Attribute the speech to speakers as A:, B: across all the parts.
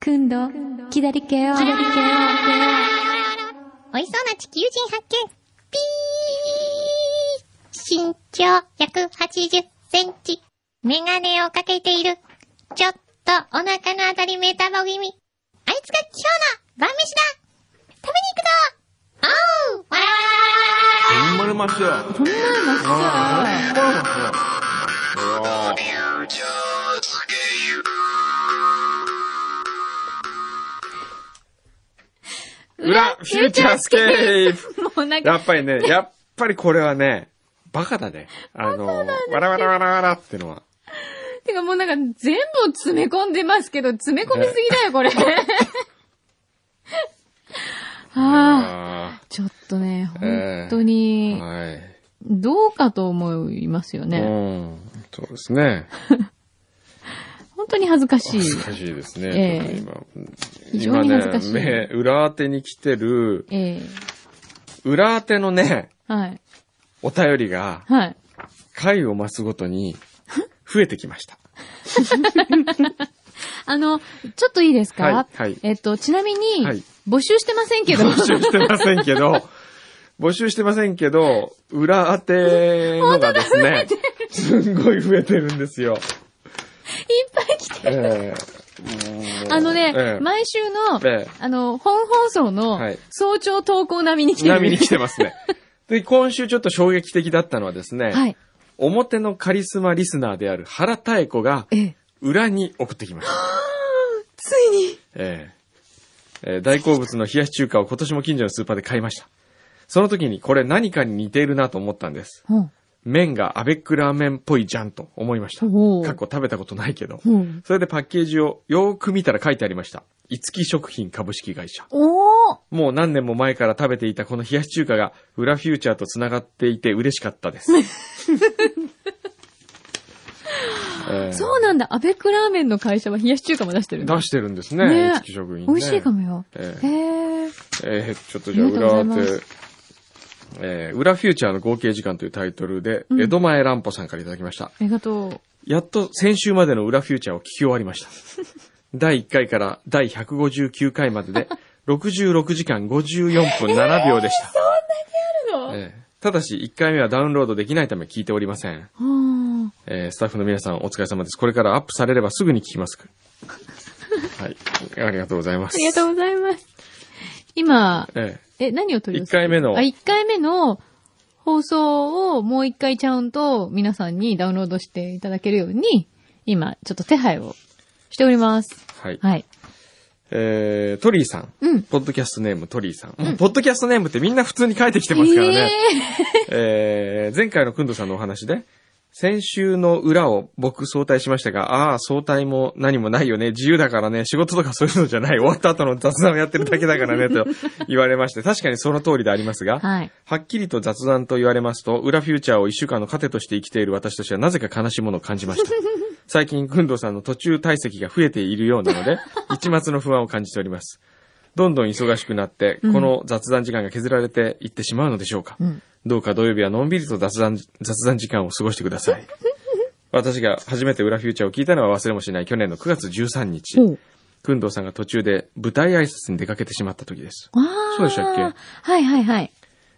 A: くんど、左手よ。左手よ。
B: 美味しそうな地球人発見。ピー身長180センチ。メガネをかけている。ちょっとお腹のあたりメタボ気味。あいつが今日の晩飯だ食べに行くぞおうわらわらわらわらわら
C: 生まれました。
A: こんなのさ、
C: 裏、フューチャースケープ
A: もうなん
C: や
A: か、
C: っぱりね、やっぱりこれはね、バカだね。あの、わらわらわらわらってのは。
A: てかもうなんか全部詰め込んでますけど、詰め込みすぎだよ、これ。ああ、
C: あ
A: ちょっとね、
C: え
A: 本
C: え
A: 当
C: あ
A: に、
C: はい。
A: どうかと思いますよ
C: う
A: ね。
C: ん。そうですね。
A: 本当に恥ず かしい。
C: 難しいです
A: ええ
C: ね。ちょっと
A: 非常
C: 今
A: に
C: 今
A: 恥ずかしい
C: ね、目、裏当てに来てる、
A: ええ
C: 裏当てのね、
A: はい。
C: お便りが、
A: はい。
C: 回を増すごとに、増えてきました。
A: あの、ちょっといいですか
C: はいはい
A: えっと、ちなみに、
C: はい
A: 募集してませんけど、
C: 募集してませんけど、募集してませんけど、裏当てのがですね、すんごい増えてるんですよ。
A: いっぱい来て。
C: ええ
A: あのね、
C: ええ
A: 毎週の、
C: ええ
A: あの、本放送の
C: はい、
A: 早朝投稿並みに来てる。
C: 波に来てますね。で、今週ちょっと衝撃的だったのはですね、
A: はい。
C: 表のカリスマリスナーである原妙子が、
A: ええ
C: 裏に送ってきました。
A: ついに、
C: ええええ大好物の冷やし中華を今年も近所のスーパーで買いました。その時にこれ何かに似ているなと思ったんです。
A: うん。
C: 麺がアベックラーメンっぽいじゃんと思いました。
A: おー
C: かっこ食べたことないけど。
A: うん
C: それでパッケージをよーく見たら書いてありました。いつき食品株式会社。
A: おー
C: もう何年も前から食べていたこの冷やし中華が裏フューチャーと繋がっていて嬉しかった です。えー
A: そうなんだ。アベックラーメンの会社は冷やし中華も出してるんだ
C: 出してるんです
A: ね
C: ね。いつき食品、ね。
A: 美味しいかもよ。
C: え
A: へ
C: え
A: え。
C: えーちょっとじゃあ
A: ありがとうござ
C: 裏
A: います
C: で、えー裏フューチャーの合計時間というタイトルで、
A: うん
C: 江戸前乱歩さんからいただきました。
A: ありがとう。
C: やっと先週までの裏フューチャーを聞き終わりま した。第1回から第159回までで、66時間54分7秒でした。
A: あ
C: ええただし、1回目はダウンロードできないため聞いておりません。
A: ー
C: えースタッフの皆さんお疲れ様です。これからアップされればすぐに聞き ます。はい。ありがとうございま
A: あ
C: す。
A: りがとうございます。今、
C: え
A: え、何を取り寄せ
C: 一回目の
A: あ、1回目の放送をもう1回ちゃんと皆さんにダウンロードしていただけるように、今、ちょっと手配をしております。
C: えはい。
A: はい。
C: えートリーさん。
A: うん
C: ポッドキャストネームトリーさん。もうポッドキャストネームってみんな普通に書いてきてますからね。えー前回のくんどさんのお話で、先週の裏を僕早退しましたが、ああ、早退も何もないよね。自由だからね。仕事とかそういうのじゃない。終わった後の雑談をやってるだけだからね。と言われまして、確かにその通りでありますが、
A: はい。
C: はっきりと雑談と言われますと、裏フューチャーを一週間の糧として生きている私としてはなぜか悲しいものを感じま した。最近、くんどさんの途中退席が増えているようなの で、一末の不安を感じております。どんどん忙しくなって、この雑談時間が削られていってしまうのでしょうか。
A: ん
C: どうか土曜日はのんびりと雑談、雑談時間を過ごしてください。 私が初めて裏フューチャーを聞いたのは忘れもしない去年の9月13日。
A: おう
C: くんどさんが途中で舞台挨拶に出かけてしまった時です。
A: ああ。
C: そうでしたっけ
A: はいはいはい。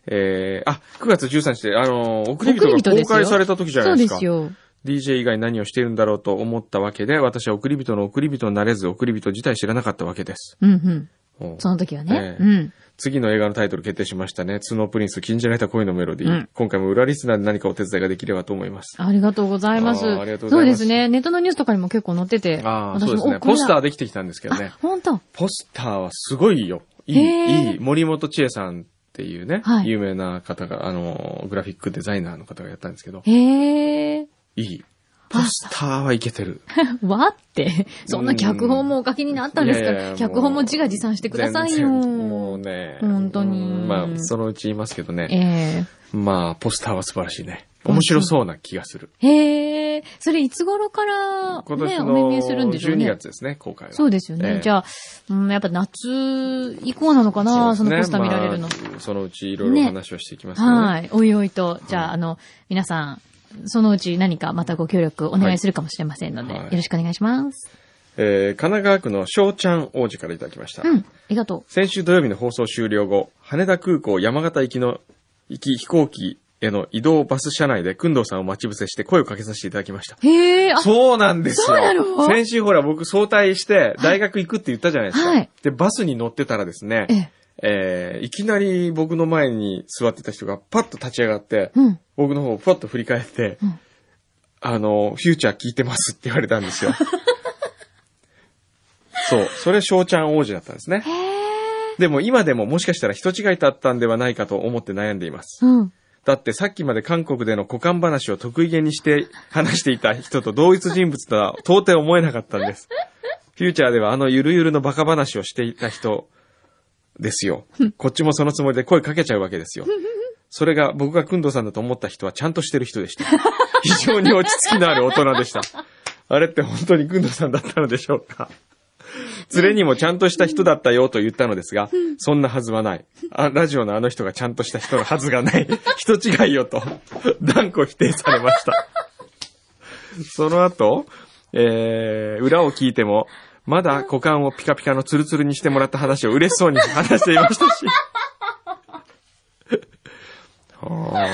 C: えー、あ、9月13日で、あのー、送り人
A: 送り人
C: が
A: で
C: 公
A: すよ
C: 開された時じゃ
A: そ
C: な
A: う
C: いで
A: です
C: か。
A: すよ。
C: DJ 以外何をしているんだろうと思ったわけで、私は送り人の送り人になれず、送り人自体知らなかったわけです。
A: うんうん。
C: おう
A: その時はね。
C: ええ
A: うん。
C: 次の映画のタイトル決定しましたね。ツノープリンス、禁じられた恋のメロディー。
A: うん
C: 今回も裏リスナーで何かお手伝いができればと思います。
A: ありがとうございます。
C: あーありがとうございます
A: そうですね。ネットのニュースとかにも結構載ってて。
C: ああ、そうですね。
A: おこれ
C: ポ
A: だ
C: スターできてきたんですけどね
A: あ。、本当
C: ポスターはすごいよ。い
A: へー
C: い、いい。森本千恵さんっていうね、
A: はい
C: 有名な方が、あのー、グラフィックデザイナーの方がやったんですけど、
A: へえ。
C: いい。ポスターはいけてる。
A: わって。そんな脚本もお書きになったんですか
C: いやいや
A: ら、
C: もう
A: 脚本も自画自賛してくださいよ。
C: 全然もうね。
A: 本当に
C: うんまあ、そのうち言いますけどね。
A: え
C: まあ、ポスターは素晴らしいね。面白そうな気がする。
A: えへえ、それいつ頃から
C: 今
A: ね、
C: 年
A: お
C: の
A: 目見えするんでしょ
C: 12
A: うね。
C: 月ですね、公開は。
A: そうですよね。
C: ええ
A: じゃあ、うん、やっぱ夏以降なのかな、そ,、
C: うですね
A: のポスター見られる
C: ま
A: の。
C: あそのうちいろいろお話をしていきます
A: は
C: ね。
A: い。おいおいと、じゃあ、あの、皆さん、そのうち何かまたご協力お願いするかもしれませんので、
C: はい
A: よろしくお願いします。
C: えー神奈川区の翔ちゃん王子からいただきました。
A: うん。ありがと
C: 先週土曜日の放送終了後、羽田空港山形行きの行き飛行機への移動バス車内で、くんどうさんを待ち伏せして声をかけさせていただきました。
A: う。へえ、あ、
C: そうなんですよ。
A: そうなの
C: 先週ほら僕早退して大学行くって言ったじゃないですか。
A: はい
C: で、バスに乗ってたらですね、
A: ええ、
C: えーいきなり僕の前に座ってた人がパッと立ち上がって、
A: うん。
C: 僕の方をパッと振り返って、
A: うん
C: あの、フューチャー聞いてますって言われたん ですよ。そう。それ、翔ちゃん王子だったんですね。でも今でももしかしたら人違いだったんではないかと思って悩んでいます。
A: うん。
C: だってさっきまで韓国での股間話を得意げにして話していた人と同一人物とは到底思えなかったんです。フューチャーではあのゆるゆるのバカ話をしていた人ですよ。こっちもそのつもりで声かけちゃうわけですよ。それが僕が工藤さんだと思った人はちゃんとしてる人でした。非常に落ち着きのある大人でした。あれって本当に工藤さんだったのでしょうか連れにもちゃんとした人だったよと言ったのですが、そんなはずはない。あラジオのあの人がちゃんとした人のはずがない。 人違いよと、断固否定されました。その後、えー、裏を聞いても、まだ股間をピカピカのツルツルにしてもらった話を嬉しそうに話していましたし。はあ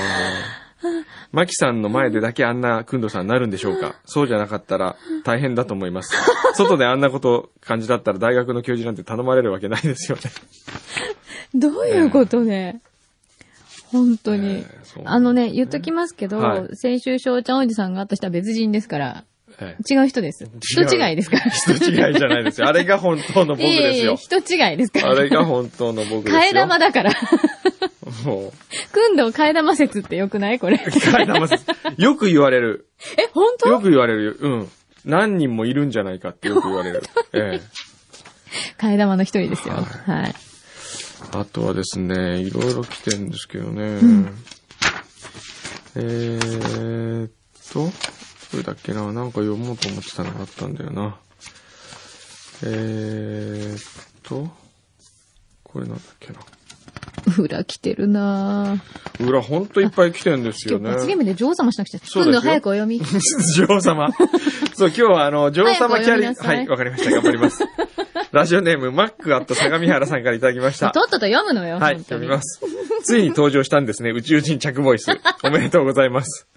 C: マキさんの前でだけあんなくんどさんになるんでしょうかそうじゃなかったら大変だと思います。外であんなこと感じだったら大学の教授なんて頼まれるわけないですよね。
A: どういうことね。本当に。
C: えーそう
A: あのね、言っときますけど、
C: はい
A: 先週、翔ちゃんおじさんが会った人は別人ですから、
C: ええ
A: 違う人です。人違いですから。
C: 人違いじゃないですよ。あれが本当の僕
A: いえ
C: で
A: い
C: す
A: え
C: よ。
A: 人違いですから。
C: あれが本当の僕ですよ。
A: 替え玉だから。
C: もう、
A: くんどう替え玉説って よくないこれ。
C: 替え玉説よく言われる。
A: え、本当
C: よく言われるよ。うん。何人もいるんじゃないかってよく言わ れる。ええ。
A: 替え玉の一人ですよ。はい。
C: あとはですね、いろいろ来てるんですけどね。えーっと、どれだっけななんか読もうと思ってたのがあったんだよな。えーっと、これなんだっけな。
A: 裏来てるなぁ。
C: 裏ほんといっぱい来てるんですよ
A: 今日
C: ね。
A: 罰 ゲームで女王様しなくちゃ。
C: そうですよ
A: くんどう早くお読み。
C: 女王様。そう、今日はあの、女王様キャリ
A: 早くお読みな
C: ー。
A: さ
C: はいい、わかりました。頑張ります。ラジオネーム、マックアット相模原さんからいただきました
A: と。っとと読むのよ。
C: はい、
A: 本当
C: 読
A: に
C: みま。す。ついに登場したんですね。宇宙人着ボイ ス。おめでとうございます。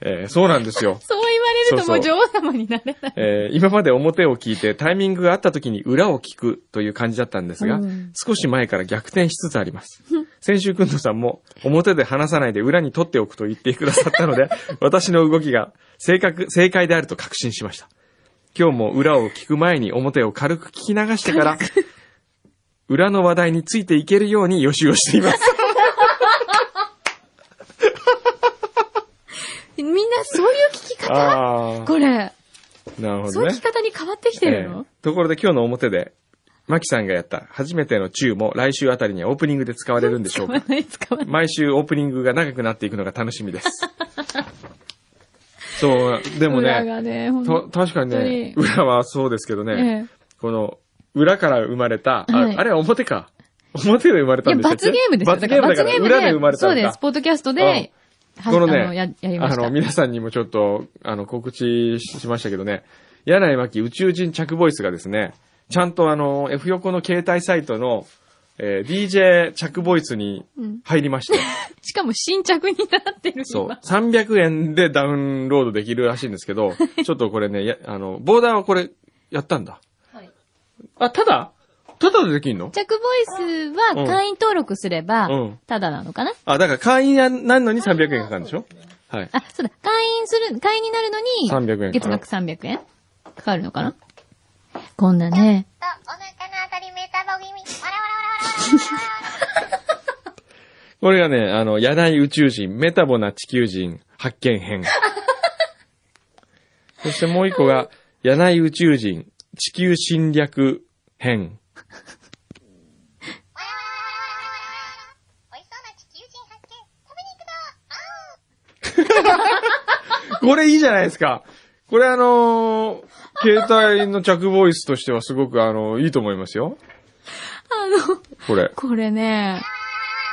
C: えーそうなんですよ。
A: そう言われるともう
C: そ
A: 女王様になれない。
C: えー今まで表を聞いてタイミングがあった時に裏を聞くという感じだったんですが、
A: うん
C: 少し前から逆転しつつあります。先週くんどさんも表で話さないで裏に取っておくと言ってくださったの で、私の動きが正確、正解であると確信しました。今日も裏を聞く前に表を軽く聞き流してから、裏の話題についていけるように予習をしています。
A: みんなそういう聞き方
C: あ
A: これ、
C: あ、なるほ
A: そう
C: ど
A: いう
C: ね
A: 聞き。方に変わってきてる
C: え
A: の
C: えところで今日の表で、マキさんがやった初めてのチューも来週あたりにはオープニングで使われるんでし
A: 使
C: ょう
A: わ
C: か。
A: ない、使わない。
C: 毎週オープニングが長くなっていくのが楽しみ です。そう、でも
A: 裏
C: ね、
A: がね、ほん
C: と
A: と
C: 確かにね、裏はそうですけどね、
A: ええ
C: この、裏から生まれた、あ
A: はい
C: あれは表か。表で生まれ
A: い
C: た
A: や、
C: んです
A: 罰ゲームですよ。
C: 罰ゲームだから、
A: 罰ゲ
C: 裏で生まれた
A: そうん
C: だ。
A: です。ポッドキャストで、は
C: この
A: あのや
C: ね、
A: やりました。
C: の、皆さんにもちょっと、あの、告知しましたけどね、柳巻宇宙人着ボイスがですね、ちゃんとあの、F 横の携帯サイトの、えー DJ 着ボイスに
A: うん
C: 入りまして、
A: しかも新着になってる
C: そう、
A: 今。
C: 300円でダウンロードできるらしいんですけど、ちょっとこれね、やあの、ボーダーはこれ、やったんだ。
A: はい
C: あ、ただただでできんの
A: 着ボイスは会員登録すれば
C: うん、
A: ただなのかな
C: あ、だから会員やなんのに300円かかるんでしょはい。
A: あ、そうだ。会員する、会員になるのに、
C: 300円
A: 月額300円かかるのかなこんなね。
B: と、お腹のあたりメタボ気味。わらわらわらわらわらわらわら。
C: これがね、あの、柳井宇宙人、メタボな地球人、発見 編。そしてもう一個が、柳井宇宙人、地球侵略編。
B: わらわらわらわらわらわら美味しそうな地球人発見食べに行くぞあー
C: これいいじゃないですか。これあのー携帯の着ボイスとしてはすごくあのいいと思いますよ。
A: あの、
C: これ。
A: これね、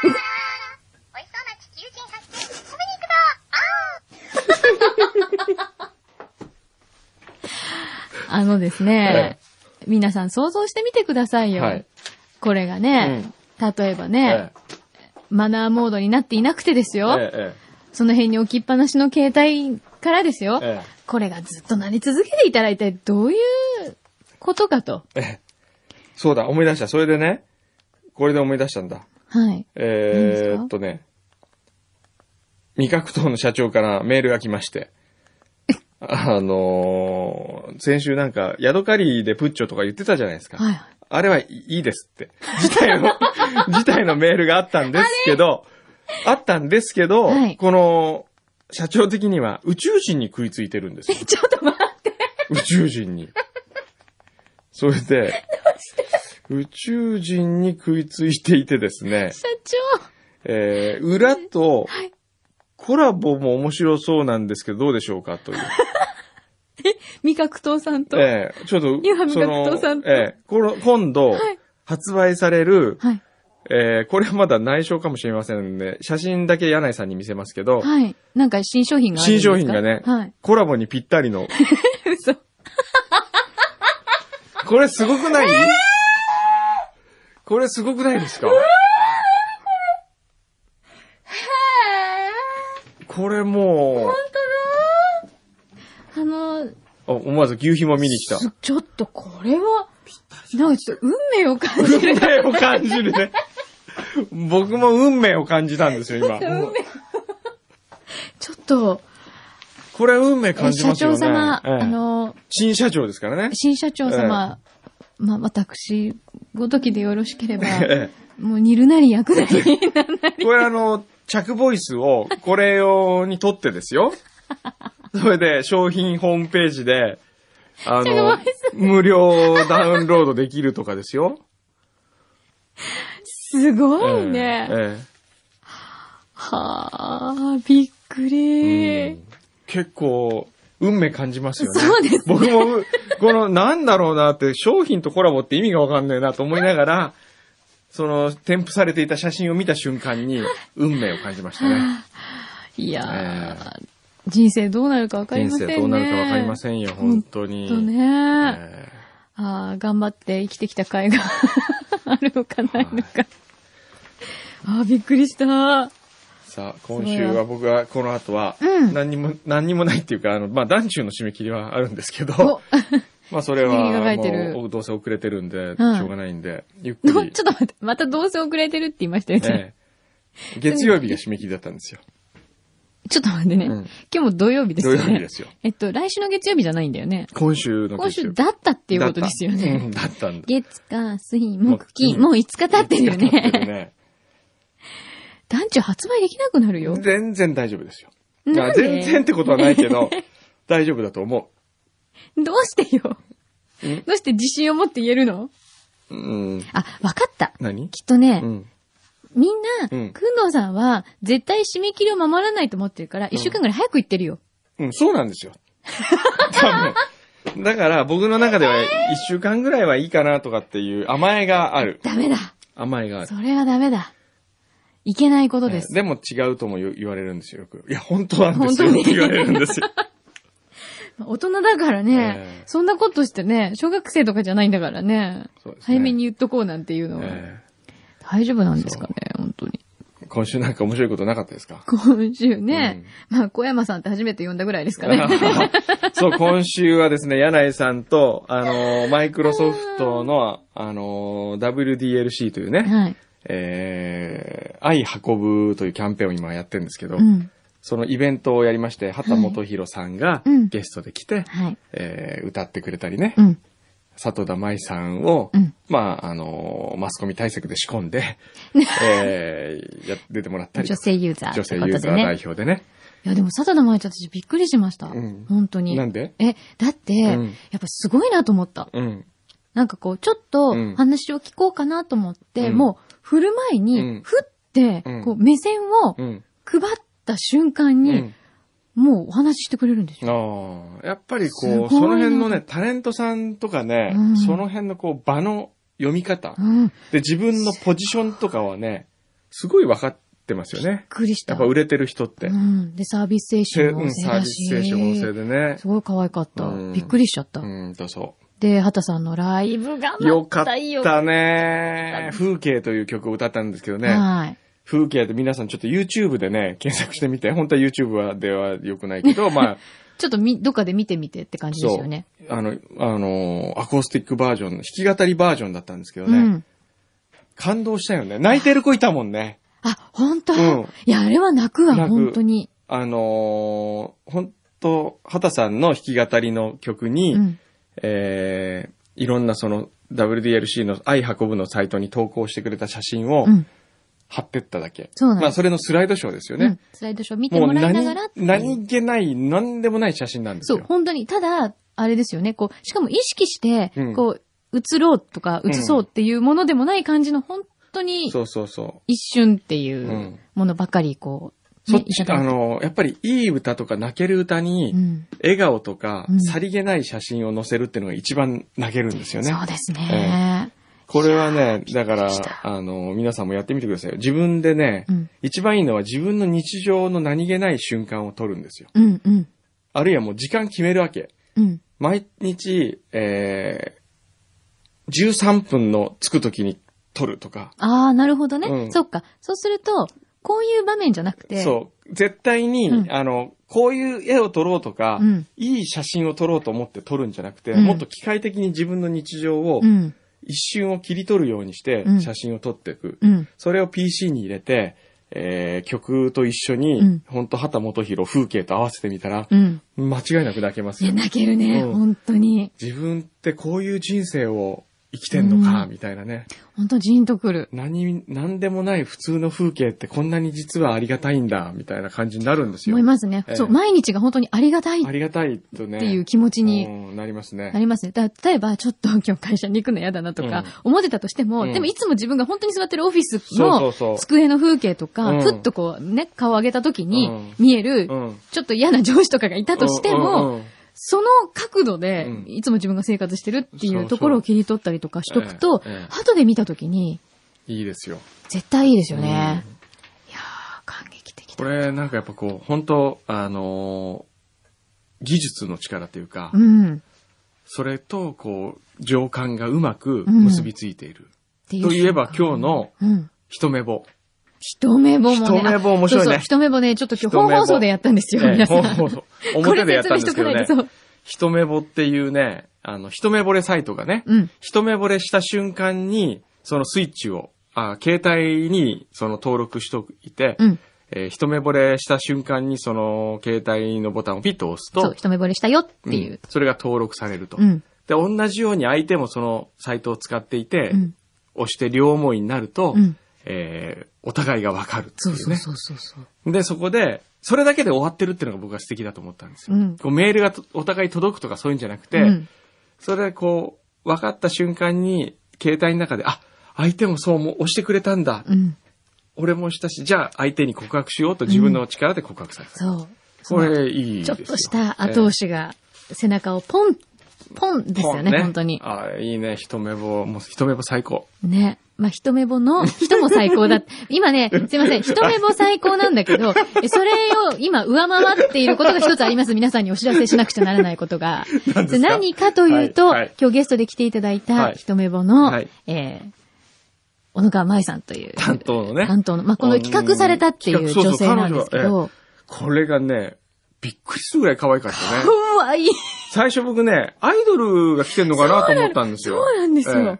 B: 美味しそうな地球人発見食べに行くぞあー
A: あのですね、皆さん想像してみてくださいよ。
C: はい
A: これがね、例えば
C: え
A: ね、
C: え
A: マナーモードになっていなくてですよ、
C: ええ
A: その辺に置きっぱなしの携帯からですよ、
C: ええ
A: これがずっとなり続けていたら一体どういうことかと。
C: ええそうだ、思い出した。それでね、これで思い出したんだ。
A: はい。
C: え
A: 何です
C: ー
A: か
C: っとね、味覚党の社長からメールが来まして、 あのー先週なんか、ヤドカリでプッチョとか言ってたじゃないですか。
A: はい。
C: あれはいいいですって。自体の、 自体のメールがあったんですけど、あったんですけど、
A: はい
C: この、社長的には宇宙人に食いついてるんです よ。
A: ちょっと待って。
C: 宇宙人に。それで、宇宙人に食いついていてですね、
A: 社長。
C: えー、裏と
A: はい、
C: コラボも面白そうなんですけど、どうでしょうかという。
A: 味覚糖さんと。
C: えー、ちょっと、
A: 今味覚糖さんと
C: えーこの、今度、発売される、
A: はい。
C: えー、これはまだ内緒かもしれませんので、写真だけ柳井さんに見せますけど、
A: はい。なんか新商品がある
C: 新
A: んですか
C: 商品がね、
A: はい。
C: コラボにぴったりの、
A: 嘘。
C: これすごくないこれすごくないですかこれも
A: あの、
C: う、あ思わず牛皮も見に来た。
A: すちょっとこれは、なんかちょっと運命を感じ る
C: 運。命を感じるね。僕も運命を感じたんですよ、今。
A: 運命。ちょっと、
C: これは運命感じ
A: 社
C: ますよ
A: 長
C: ね。
A: 様、
C: ええ
A: あの、
C: 新社長ですからね。
A: 新社長様、まあ、私、ごときでよろしければ、
C: え
A: もう煮るなり焼くなり。
C: えこれあの、着ボイスをこれ用に撮ってですよ。それで商品ホームページで、あの、無料ダウンロードできるとかですよ。
A: すごい
C: え
A: ね。
C: え
A: はあ、びっく
C: え
A: り。
C: えうん結構、運命感じますよね。
A: そうですね
C: 僕も、うこの、なんだろうなって、商品とコラボって意味がわかんないなと思いながら、その、添付されていた写真を見た瞬間に、運命を感じましたね。
A: いやー、人生どうなるかわかり
C: 人
A: ませんね。
C: 生どうなるかわかりませんよ、本当に。
A: ほんとね。
C: ええ
A: ああ、頑張って生きてきた甲斐が あるのかないのか。ああ、びっくりした。
C: さあ、今週は僕はこの後は、
A: うん
C: 何にも、何にもないっていうか、あの、まあ、団中の締め切りはあるんですけ
A: お
C: ど、、まあ、それ
A: 締め切りが書
C: は、
A: いてる
C: もう、どうせ遅れてるんで、し
A: うん
C: ょうがないんで、ゆっ
A: ちょ
C: く
A: っ
C: り。
A: と待って、またどうせ遅れてるって言いましたよ
C: え
A: ね。
C: え月曜日が締め切りだったんですよ。
A: ちょっと待ってね。
C: うん
A: 今日も土曜日です
C: 土
A: よ
C: 曜
A: ね。
C: 日ですよ。
A: えっと、来週の月曜日じゃないんだよね。
C: 今週の
A: 今
C: 月曜
A: 週
C: 日。
A: だったっていうことですよね。
C: だったうんだったんだ。
A: 月、火、水、
C: 木
A: 木、金、
C: 金
A: もう5日経ってるよ
C: だったけど
A: ね。
C: ね
A: 団長発売できなくなるよ。
C: 全然大丈夫ですよ。ま
A: な
C: あ
A: んで
C: 全然ってことはないけど、大丈夫だと思
A: どうしてよ。
C: ん
A: どうして自信を持って言えるの
C: う。うん。
A: あ、わかった。
C: 何
A: きっとね、
C: うん。
A: みん
C: うん
A: な、くんどうさんは、絶対締め切りを守らないと思ってるから、一週間ぐらい早く行ってるよ。
C: うん、そうなんですよ。多分。だから僕の中では一週間ぐらいはいいかなとかっていう甘えがある。
A: ダメだ。
C: 甘えがある。
A: それはダメだ。いけないこと
C: え
A: で
C: え
A: す。
C: でも違うとも言言われるんですよ、よく。いや、本当なんですよ。
A: 本当に
C: って言われるんですよ。
A: 大人だからね、
C: ええ
A: そんなことしてね、小学生とかじゃないんだからね、
C: そうですね
A: 早めに言っとこうなんて いうのは、
C: え
A: 大丈夫なんですかね、本当に。
C: え今週なんか面白いことなかったですか
A: 今週ね、まあ、小山さんって初めて呼んだぐらいですかね。
C: そう、今週はですね、柳井さんと、あのー、マイクロソフトの、あのー、WDLC というね、
A: はい。
C: えー、愛運ぶというキャンペーンを今やってるんですけど、
A: うん。
C: そのイベントをやりまして、畑元博さんが
A: うん
C: ゲストで来て、
A: はい。
C: えー、歌ってくれたりね、
A: うん。
C: 佐藤田舞さんを、
A: うん
C: まあ、あのー、マスコミ対策で仕込んで、えー、や、出てもらったりと
A: 女
C: か。
A: 性ユーザーって
C: 女
A: こ
C: 性
A: とで
C: ユ
A: ね。
C: ーザー代表でね。
A: いや、でも、佐藤の舞ちゃん私びっくりしました。
C: うん
A: 本当に。
C: なんで
A: え、だって、
C: うん
A: やっぱすごいなと思った。
C: うん。
A: なんかこう、ちょっと
C: うん
A: 話を聞こうかなと思って、
C: うん
A: もう、振る前
C: うん
A: に、ふって、
C: うん
A: こう、目線を
C: うん。
A: 配った瞬間
C: う
A: に、
C: ん
A: もうお話ししてくれるんですよ。
C: ああ、やっぱり
A: す
C: こ
A: ご
C: う、
A: い
C: そ
A: な
C: の辺のね、タレントさんとかね、
A: うん
C: その辺のこう、場の読み方、
A: うん。
C: で、自分のポジションとかはね、すごい分かっってますよね。
A: くりした。
C: やっぱ売れてる人って
A: う。ん。で、サービス精
C: せ
A: 神
C: う
A: も
C: ん、
A: せい
C: サー
A: だ
C: ビ
A: し。
C: ス精神旺盛でね。
A: すごい可愛かった
C: う。ん
A: びっくりしちゃった
C: う。んと、そ
A: で、畑さんのライブが
C: う。よかっ
A: よ
C: たね。 風景という曲を歌ったんですけどね。
A: はい。
C: 風景って皆さんちょっと YouTube でね、検索してみて。本当は YouTube はでは良くないけ ど、まあ、
A: ちょっとみ、どっかで見てみてって感じですよね。
C: あの、あの、アコースティックバージョン、弾き語りバージョンだったんですけど
A: う
C: ね。
A: ん。
C: 感動したよね。泣いてる子いたもんね。
A: あ、本当、
C: うん
A: いや、あれは泣くわ、
C: 泣く
A: 本当に。
C: あのー、本当畑さんの弾き語りの曲に、
A: うん。
C: えー、いろんなその WDLC の愛運ぶのサイトに投稿してくれた写真を
A: うん。
C: 貼ってっただけ。
A: そうなんです
C: まあそれのスライドショーですよ
A: うん
C: ね。
A: スライドショー見てもらいながら
C: 何
A: ってい
C: 何
A: う
C: 気ない、何でもない写真なんです
A: そう、
C: よ。
A: 本当に。ただ、あれですよね、こう、しかも意識して
C: うん、
A: こう、映ろうとか、映そうっていうものでもない感じの、本当に
C: そうそうそう。
A: 一瞬っていう
C: うん
A: うものばかり、こう、
C: そ
A: ね
C: っち、
A: いただ
C: あ
A: いて
C: のー、やっぱりいい歌とか泣ける歌に
A: う、ん。
C: 笑顔とか
A: う、ん
C: さりげない写真を載せるっていうのが一番泣けるんですよね。
A: そうですね。
C: これはね、だか
A: びっく
C: ら
A: りした、
C: あの、皆さんもやってみてくださいよ。自分でね、
A: うん。
C: 一番いいのは自分の日常の何気ない瞬間を撮るんですよ。
A: うん、うん、
C: あるいはもう時間決めるわけ。
A: うん。
C: 毎日、えー、13分のつくときに撮るとか、
A: ああ、なるほどね。
C: うん
A: そっか。そうすると、こういう場面じゃなくて、
C: そう、絶対に、
A: うん
C: あの、こういう絵を撮ろうとか、
A: うん
C: いい写真を撮ろうと思って撮るんじゃなくて、
A: うん
C: もっと機械的に自分の日常を
A: う、ん、
C: 一瞬を切り取るようにして
A: う、ん
C: 写真を撮っていく。
A: うん。
C: それを PC に入れて、えー曲と一緒に、
A: うん
C: ほんと畑元博風景と合わせてみたら、
A: うん。
C: 間違いなく泣けます
A: いや、
C: よ。
A: 泣けるね、
C: うん
A: 本当に。
C: 自分ってこういう人生を生きてんのか、
A: うん
C: みたいなね。
A: 本当ジーンとくる。
C: 何、何でもない普通の風景ってこんなに実はありがたいんだ、みたいな感じになるんですよ。
A: 思いますね。
C: ええ
A: そう、毎日が本当にありがたいっ
C: ありがたいとね。
A: ていう気持ちに
C: うんなりますね
A: な。りますね。だ例えば、ちょっと今日会社に行くの嫌だなとか、思ってたとしても、
C: うん
A: でもいつも自分が本当に座ってるオフィス
C: そ
A: の
C: うそうそう
A: 机の風景とか、
C: うん
A: ふっとこうね、顔を上げた時に
C: うん
A: 見える、
C: うん
A: ちょっと嫌な上司とかがいたとしても、
C: うんうんうん
A: その角度で
C: うん、
A: いつも自分が生活してるっ
C: そう
A: てい
C: そう
A: うところを切り取ったりとかしとくと
C: えええ、え
A: 後で見た時に、
C: いいですよ。
A: 絶対いいですよね
C: う。
A: いやー、感激的
C: こ
A: だ。
C: れ、なんかやっぱこう、本当あのー技術の力というか、
A: うん。っ
C: それと、こう、情感がうまく結びついている。
A: て
C: といえば今日の
A: うん。
C: 一目ぼ。
A: 一目ぼもね。
C: 一目ぼ面白いね
A: あそうそう一目ぼね、ちょっと今日
C: 一目ぼ
A: 本放送でやったんですよ、
C: ええ
A: 皆さん。
C: ほうほう表でやったんですけど
A: こ
C: ね
A: れ説。明しとかないとそう。
C: 一目ぼっていうね、あの、一目惚れサイトがね、
A: うん。
C: 一目惚れした瞬間に、そのスイッチを、あ携帯にその登録しておいて、
A: うん。
C: えー一目惚れした瞬間にその携帯のボタンをピッと押す
A: そう、
C: と、
A: 一目惚れしたよって
C: う
A: い
C: ん
A: う。
C: それが登録されると、
A: う
C: で、
A: ん。
C: 同じように相手もそのサイトを使っていて、
A: うん。
C: 押して両思いになると、
A: うん。
C: えーお互いがわかるって
A: そ
C: いうう
A: そう
C: ね。
A: そうそうそう。
C: で、そこで、それだけで終わってるっていうのが僕は素敵だと思ったんですよ。
A: うん
C: こうメールがとお互い届くとかそういうんじゃなくて、
A: うん
C: それでこう、分かった瞬間に、携帯の中で、あ、相手もそうも押してくれたんだ。
A: うん。
C: 俺もしたし、じゃあ相手に告白しようと自分の力で告白された。
A: そう。
C: これいいです
A: ちょ
C: よ。
A: っとした後押しが背中をポン、ポンですよね、
C: ポン
A: 本当に。
C: あいいね、一目ぼ、もう一目ぼ最 高。
A: ね。まあ、一目ぼの人も最 高だ。今ね、すいません、一目ぼ最高なんだけど、えそれを今上回っていることが一つあります。皆さんにお知らせしなくちゃならないことが。
C: 何ですか
A: 何かというと、
C: はいはい
A: 今日ゲストで来ていただい
C: は
A: た
C: い
A: 一目ぼの、
C: はい
A: えー小野川舞さんという。
C: 担当のね。
A: 担当の。まあ、この企画されたってい
C: うん
A: う
C: 企画
A: 女性なんですけ
C: そうそう彼女
A: ど
C: は、これがね、びっくりするぐらい可愛かった ね。
A: うわ、いい。
C: 最初僕ね、アイドルが来てんのかなと思ったんですよ。
A: そうなんですよ。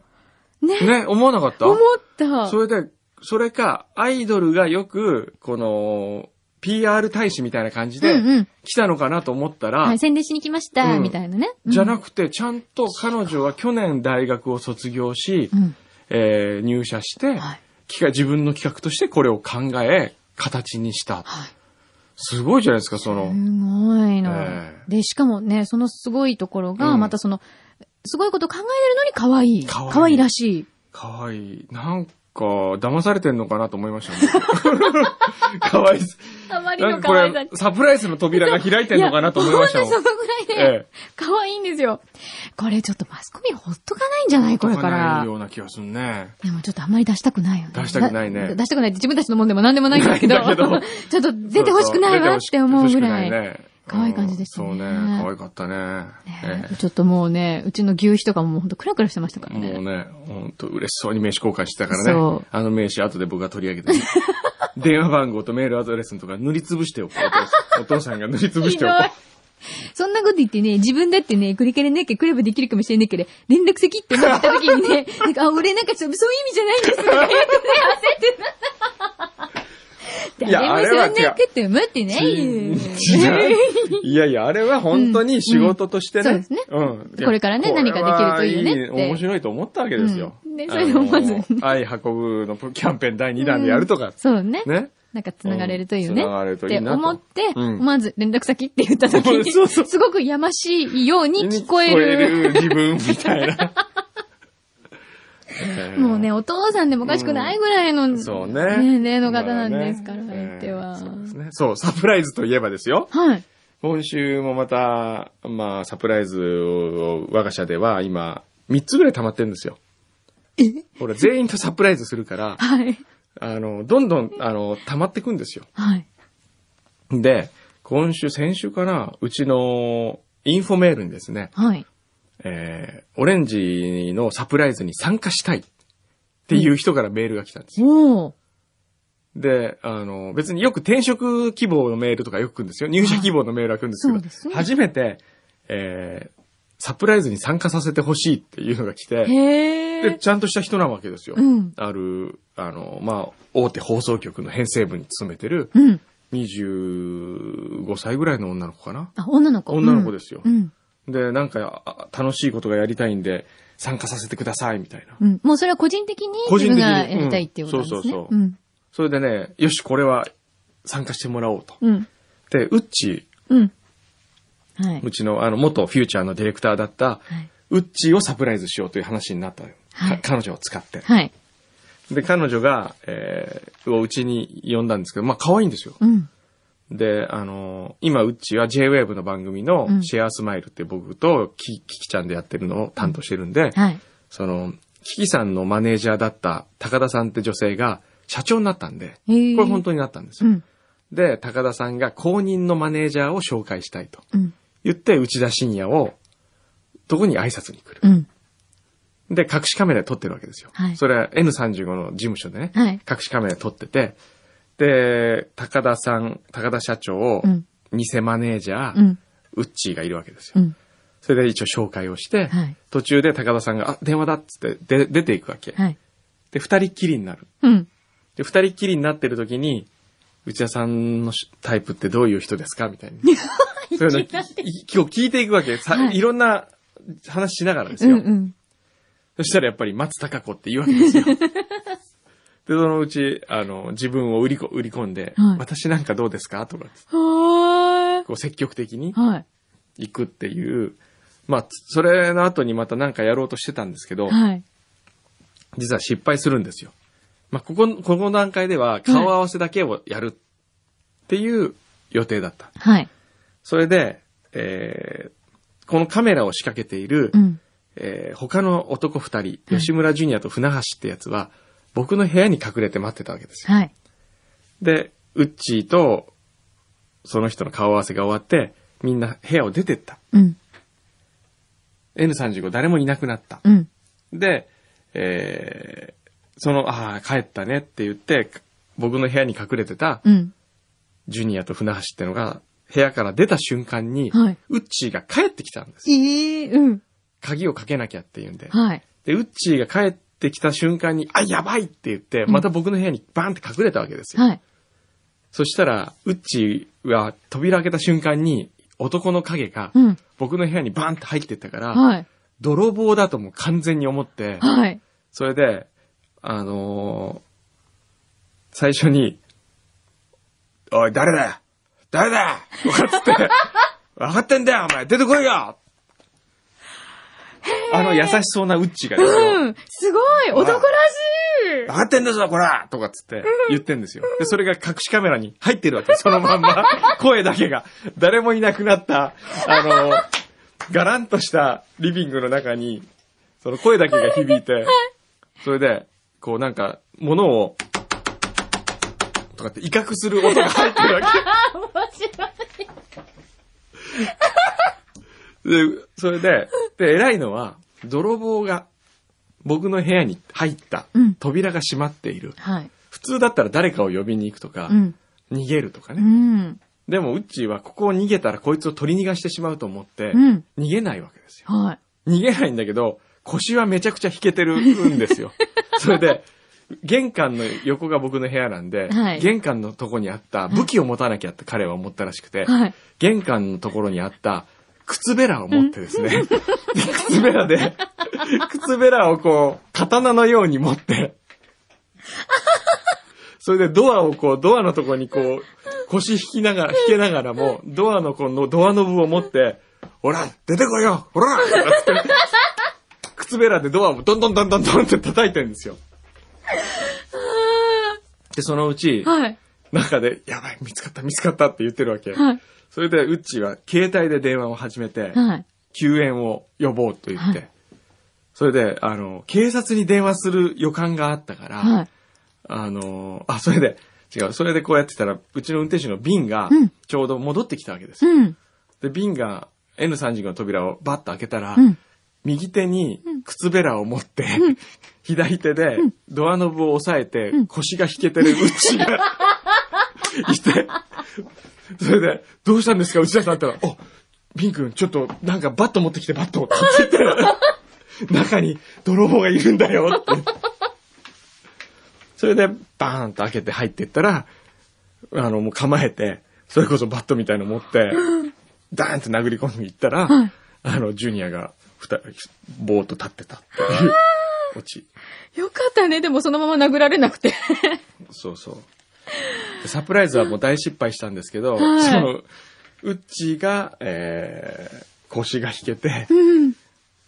C: ええ。ね、思わなかった
A: 思った。
C: それで、それか、アイドルがよく、この、PR 大使みたいな感じ
A: うんう
C: で
A: ん、
C: 来たのかなと思ったら、
A: はい、宣伝しに来ました、
C: うん
A: みたいなね。
C: じゃな
A: く
C: くて、ちゃんと彼女は去年大学を卒業し、
A: うん。
C: えー入社して、
A: はい。
C: 企画自分の企画としてこれを考え、形にした。
A: はい。
C: すごいじゃないですか、その。
A: すごいの、
C: え
A: で、しかもね、そのすごいところ
C: う
A: が、
C: ん
A: またその、すごいこと考えてるのに可愛い。
C: 可愛い
A: 可愛いらしい。
C: かわいい。なんか、騙されてんのかなと思いましたね。 かわいそ
A: あま
C: う。
A: り
C: な
A: の
C: んかこ
A: 可愛さ
C: れ
A: に、。
C: サプライズの扉が開いてんのかなと思いました
A: い
C: も
A: や
C: ん。
A: ほんとそのぐらいで、
C: ええ
A: 可愛いんですよ。これちょっとマスコミほっとかないんじゃないこれか
C: な
A: ら
C: い。ような気がするね。
A: でもちょっとあんまり出したくないよね。
C: 出したくないね
A: だ出したくないって自分たちのもんでも何でもないん だけど、
C: ないんだけど
A: ちょっと出てほしくないわって思うぐら
C: 出
A: い。
C: てほしくなね
A: 可愛い感じでしたね
C: うんそうね。可愛かったね。
A: ね
C: え
A: ちょっともうね、うちの牛皮とかもほんとクラクラしてましたか
C: え
A: らね。
C: もうね、ほんと嬉しそうに名刺交換してたから
A: そ
C: ね
A: う。
C: あの名刺後で僕が取り上げ て。電話番号とメールアドレスのとか塗りつぶしておこう。お父さんが塗りつぶ
A: ひ
C: して
A: ど
C: お
A: い
C: こう。。
A: そんなこと言ってね、自分だってね、これからなんかクラブできるかもしれないけど、連絡先ってなった時に ね、なんか、あ、俺なんかちょっとそういう意味じゃないんですとか言ってね、焦って
C: い
A: た。
C: や
A: 誰もそんなこと思ってないよ。
C: 違う。いやいや、あれは本当に仕事としてね。
A: うんうんそうですね
C: うん。いや
A: これからね何かできるといいねって
C: これはい面白いと思ったわけですよ。
A: うんねそれをまずね
C: あの愛運ぶのキャンペーン第2弾でやるとか。
A: そうね。
C: ね。
A: なんか繋がれるといいよね。
C: うん繋がれると
A: っ
C: いい
A: て
C: なと
A: 思って、
C: うん
A: まず連絡先って言った時 に、
C: そうそう
A: すごくやましいように聞こえ
C: 聞こえ
A: る。
C: る自分みたい な。えー
A: もうね、、お父さんでもおかしくないぐらいの年
C: そうね。
A: 齢の方なんですから、
C: まあね
A: 相手は
C: えー。そうですね。そう、サプライズといえばですよ。
A: はい。
C: 今週もまた、まあ、サプライズを我が社では今、3つぐらい溜まってるんですよ。ほら、全員とサプライズするから、
A: はい。
C: あの、どんどん、あの、溜まってくんですよ。
A: はい。
C: で、今週、先週かな、うちのインフォメールにですね、
A: はい。
C: えー、オレンジのサプライズに参加したいっていう人からメールが来たんですよ。
A: おー。
C: で、あの、別によく転職希望のメールとかよく来るんですよ。入社希望のメールが来るんですけど、
A: はいそうですね
C: 初めて、えー、サプライズに参加させてほしいっていうのが来て、
A: へ
C: で、
A: ー。
C: ちゃんとした人なわけですよ。
A: うん
C: ある、あの、まあ、大手放送局の編成部に勤めてる、
A: うん。
C: 25歳ぐらいの女の子かな。
A: あ、女の子。
C: 女の子ですよ
A: うん。
C: で、なんか、ああ楽しいことがやりたいんで、参加させてください、みたいな。
A: うん。うんもうそれは個人的に
C: 個
A: 自
C: 人的
A: 分
C: に
A: がやりたいっていうことなんです
C: うん
A: ね。。
C: そうそうそうんそれでね、よし、これは参加してもらおうと。
A: うん。
C: で、うっち
A: うん。はい。
C: ー、うちの、あの、元フューチャーのディレクターだった、
A: はい。
C: うっちーをサプライズしようという話になったのよ。
A: はい
C: か彼女を使って。
A: はい。
C: で、彼女が、えー、をうちに呼んだんですけど、まあ、可愛いんですよ。
A: うん。
C: で、あのー今、うっちーは JWAVE の番組
A: うん
C: のシェアスマイルって僕とキキキちゃんでやってるのを担当してるんで、
A: はい。
C: その、キキさんのマネージャーだった高田さんって女性が社長になったんで、こ
A: へー
C: れ本当になったんです
A: う
C: よ。
A: ん。
C: で、高田さんが公認のマネージャーを紹介したいと
A: うん。
C: 言って、内田信也を、とこに挨拶に来る。
A: うん。
C: で、隠しカメラで撮ってるわけですよ。
A: はい
C: それは N35 の事務所でね、
A: はい
C: 隠しカメラで撮ってて、で、高田さん、高田社長を
A: うん、
C: 偽マネージャー、
A: うん。
C: ウッチーがいるわけですよ。
A: うん。
C: それで一応紹介をして、
A: はい
C: 途中で高田さんが、あ、電話だっつってで出ていくわけ。
A: はい。
C: で、二人っきりになる。
A: うん。
C: で、二人っきりになってる時に、内田さんのしタイプってどういう人ですかみ たいな。そういうのきき聞いていくわけ。さ
A: はい
C: いろんな話しながらです
A: うん。
C: よ。
A: うん。
C: そしたらやっぱり松高子って言うわけ ですよ。で、そのうち、あの、自分を売りこ売り込んで、
A: はい
C: 私なんかどうですかとか、
A: はーい。
C: こう積極的に
A: はい。
C: 行くっていう、まあ、それの後にまたなんかやろうとしてたんですけど、
A: はい。
C: 実は失敗するんですよ。まあ、ここ、この段階では顔合わせだけをやるっていう予定だった。
A: はい。
C: それで、えーこのカメラを仕掛けている、
A: うん。
C: えー他の男二人、
A: はい
C: 吉村ジュニアと船橋ってやつは、僕の部屋に隠れて待ってたわけですよ。
A: はい。
C: で、ウッチーと、その人の顔合わせが終わって、みんな部屋を出てった。
A: うん。
C: N35 誰もいなくなった。
A: うん。
C: で、えーその、ああ、帰ったねって言って、僕の部屋に隠れてた
A: うん。
C: ジュニアと船橋ってのが、部屋から出た瞬間に、
A: はい
C: ウッチーが帰ってきたんです。
A: ええうん。
C: 鍵をかけなきゃって言うんで。
A: はい。
C: で、ウッチーが帰ってきた瞬間に、あ、やばいって言って、また僕の部屋にバーンって隠れたわけですよ。
A: はい。
C: そしたら、ウッチーは扉開けた瞬間に、男の影が
A: うん、
C: 僕の部屋にバーンって入ってったから、
A: はい。
C: 泥棒だともう完全に思って、
A: はい。
C: それで、あのー最初に、おい、誰だ誰だとかっつって、分かってんだよ、お前出てこいよあの優しそうなウッチがですよ。
A: うん。すごい男らしい
C: 上がってんだぞ、こらとかっつって言ってんですよ。で、それが隠しカメラに入ってるわけ。そのまんま。声だけが。誰もいなくなった、あの、ガランとしたリビングの中に、その声だけが響いて、それで、こうなんか、物を、とかって威嚇する音が入ってるわけ。
A: あ、面白い。
C: で、それで、で、偉いのは、泥棒が僕の部屋に入った
A: うん。
C: 扉が閉まっている。
A: はい。
C: 普通だったら誰かを呼びに行くとか
A: う、ん。
C: 逃げるとか
A: う
C: ね。
A: ん。
C: でも、ウッチーはここを逃げたらこいつを取り逃がしてしまうと思って
A: う、ん。
C: 逃げないわけですよ。
A: はい。
C: 逃げないんだけど、腰はめちゃくちゃ引けてるんです よ。それで、玄関の横が僕の部屋なんで、
A: はい
C: 玄関のとこにあった武器を持たなきゃって彼は思ったらしくて、
A: はい。
C: 玄関のところにあった靴べらを持ってですね、 で靴べらで、靴べらをこう、刀のように持って、それでドアをこう、ドアのとこにこう、腰引きながら、引けながらも、ドアのこの、ドアノブを持って、ほら、出てこいよほらとかって靴べらでドアをどんどんどんどんどんって叩いてるんですよ。で、そのうち、
A: はい。
C: 中で、やばい、見つかった、見つかったって言ってるわけ。
A: はい。
C: それで、ウッチーは携帯で電話を始めて、
A: はい。
C: 救援を呼ぼうと言って、
A: は
C: それで、あの、警察に電話する予感があったから、
A: はい。
C: あの、あ、それで、違う、それでこうやってたら、うちの運転手の瓶が
A: うん、
C: ちょうど戻ってきたわけですよ。
A: うん。
C: で、瓶が N35 の扉をバッと開けたら、
A: うん。
C: 右手に靴べらを持って、左手でドアノブを押さえて、腰が引けてるうちがいて、それで、どうしたんですか内田さんって言ったら、お、ビン君、ちょっとなんかバット持ってきてバットって言って、中に泥棒がいるんだよって。それで、バーンと開けて入っていったら、あの、もう構えて、それこそバットみたいの持って、ダーンと殴り込んでいったら、
A: はい
C: あの、ジュニアが、ふた、ぼーっと立ってたっていう、オチ。
A: よかったね。でもそのまま殴られなくて。
C: そうそう。でサプライズはもう大失敗したんですけど、
A: はい
C: その、ウッチーが、えー、腰が引けて、
A: うん。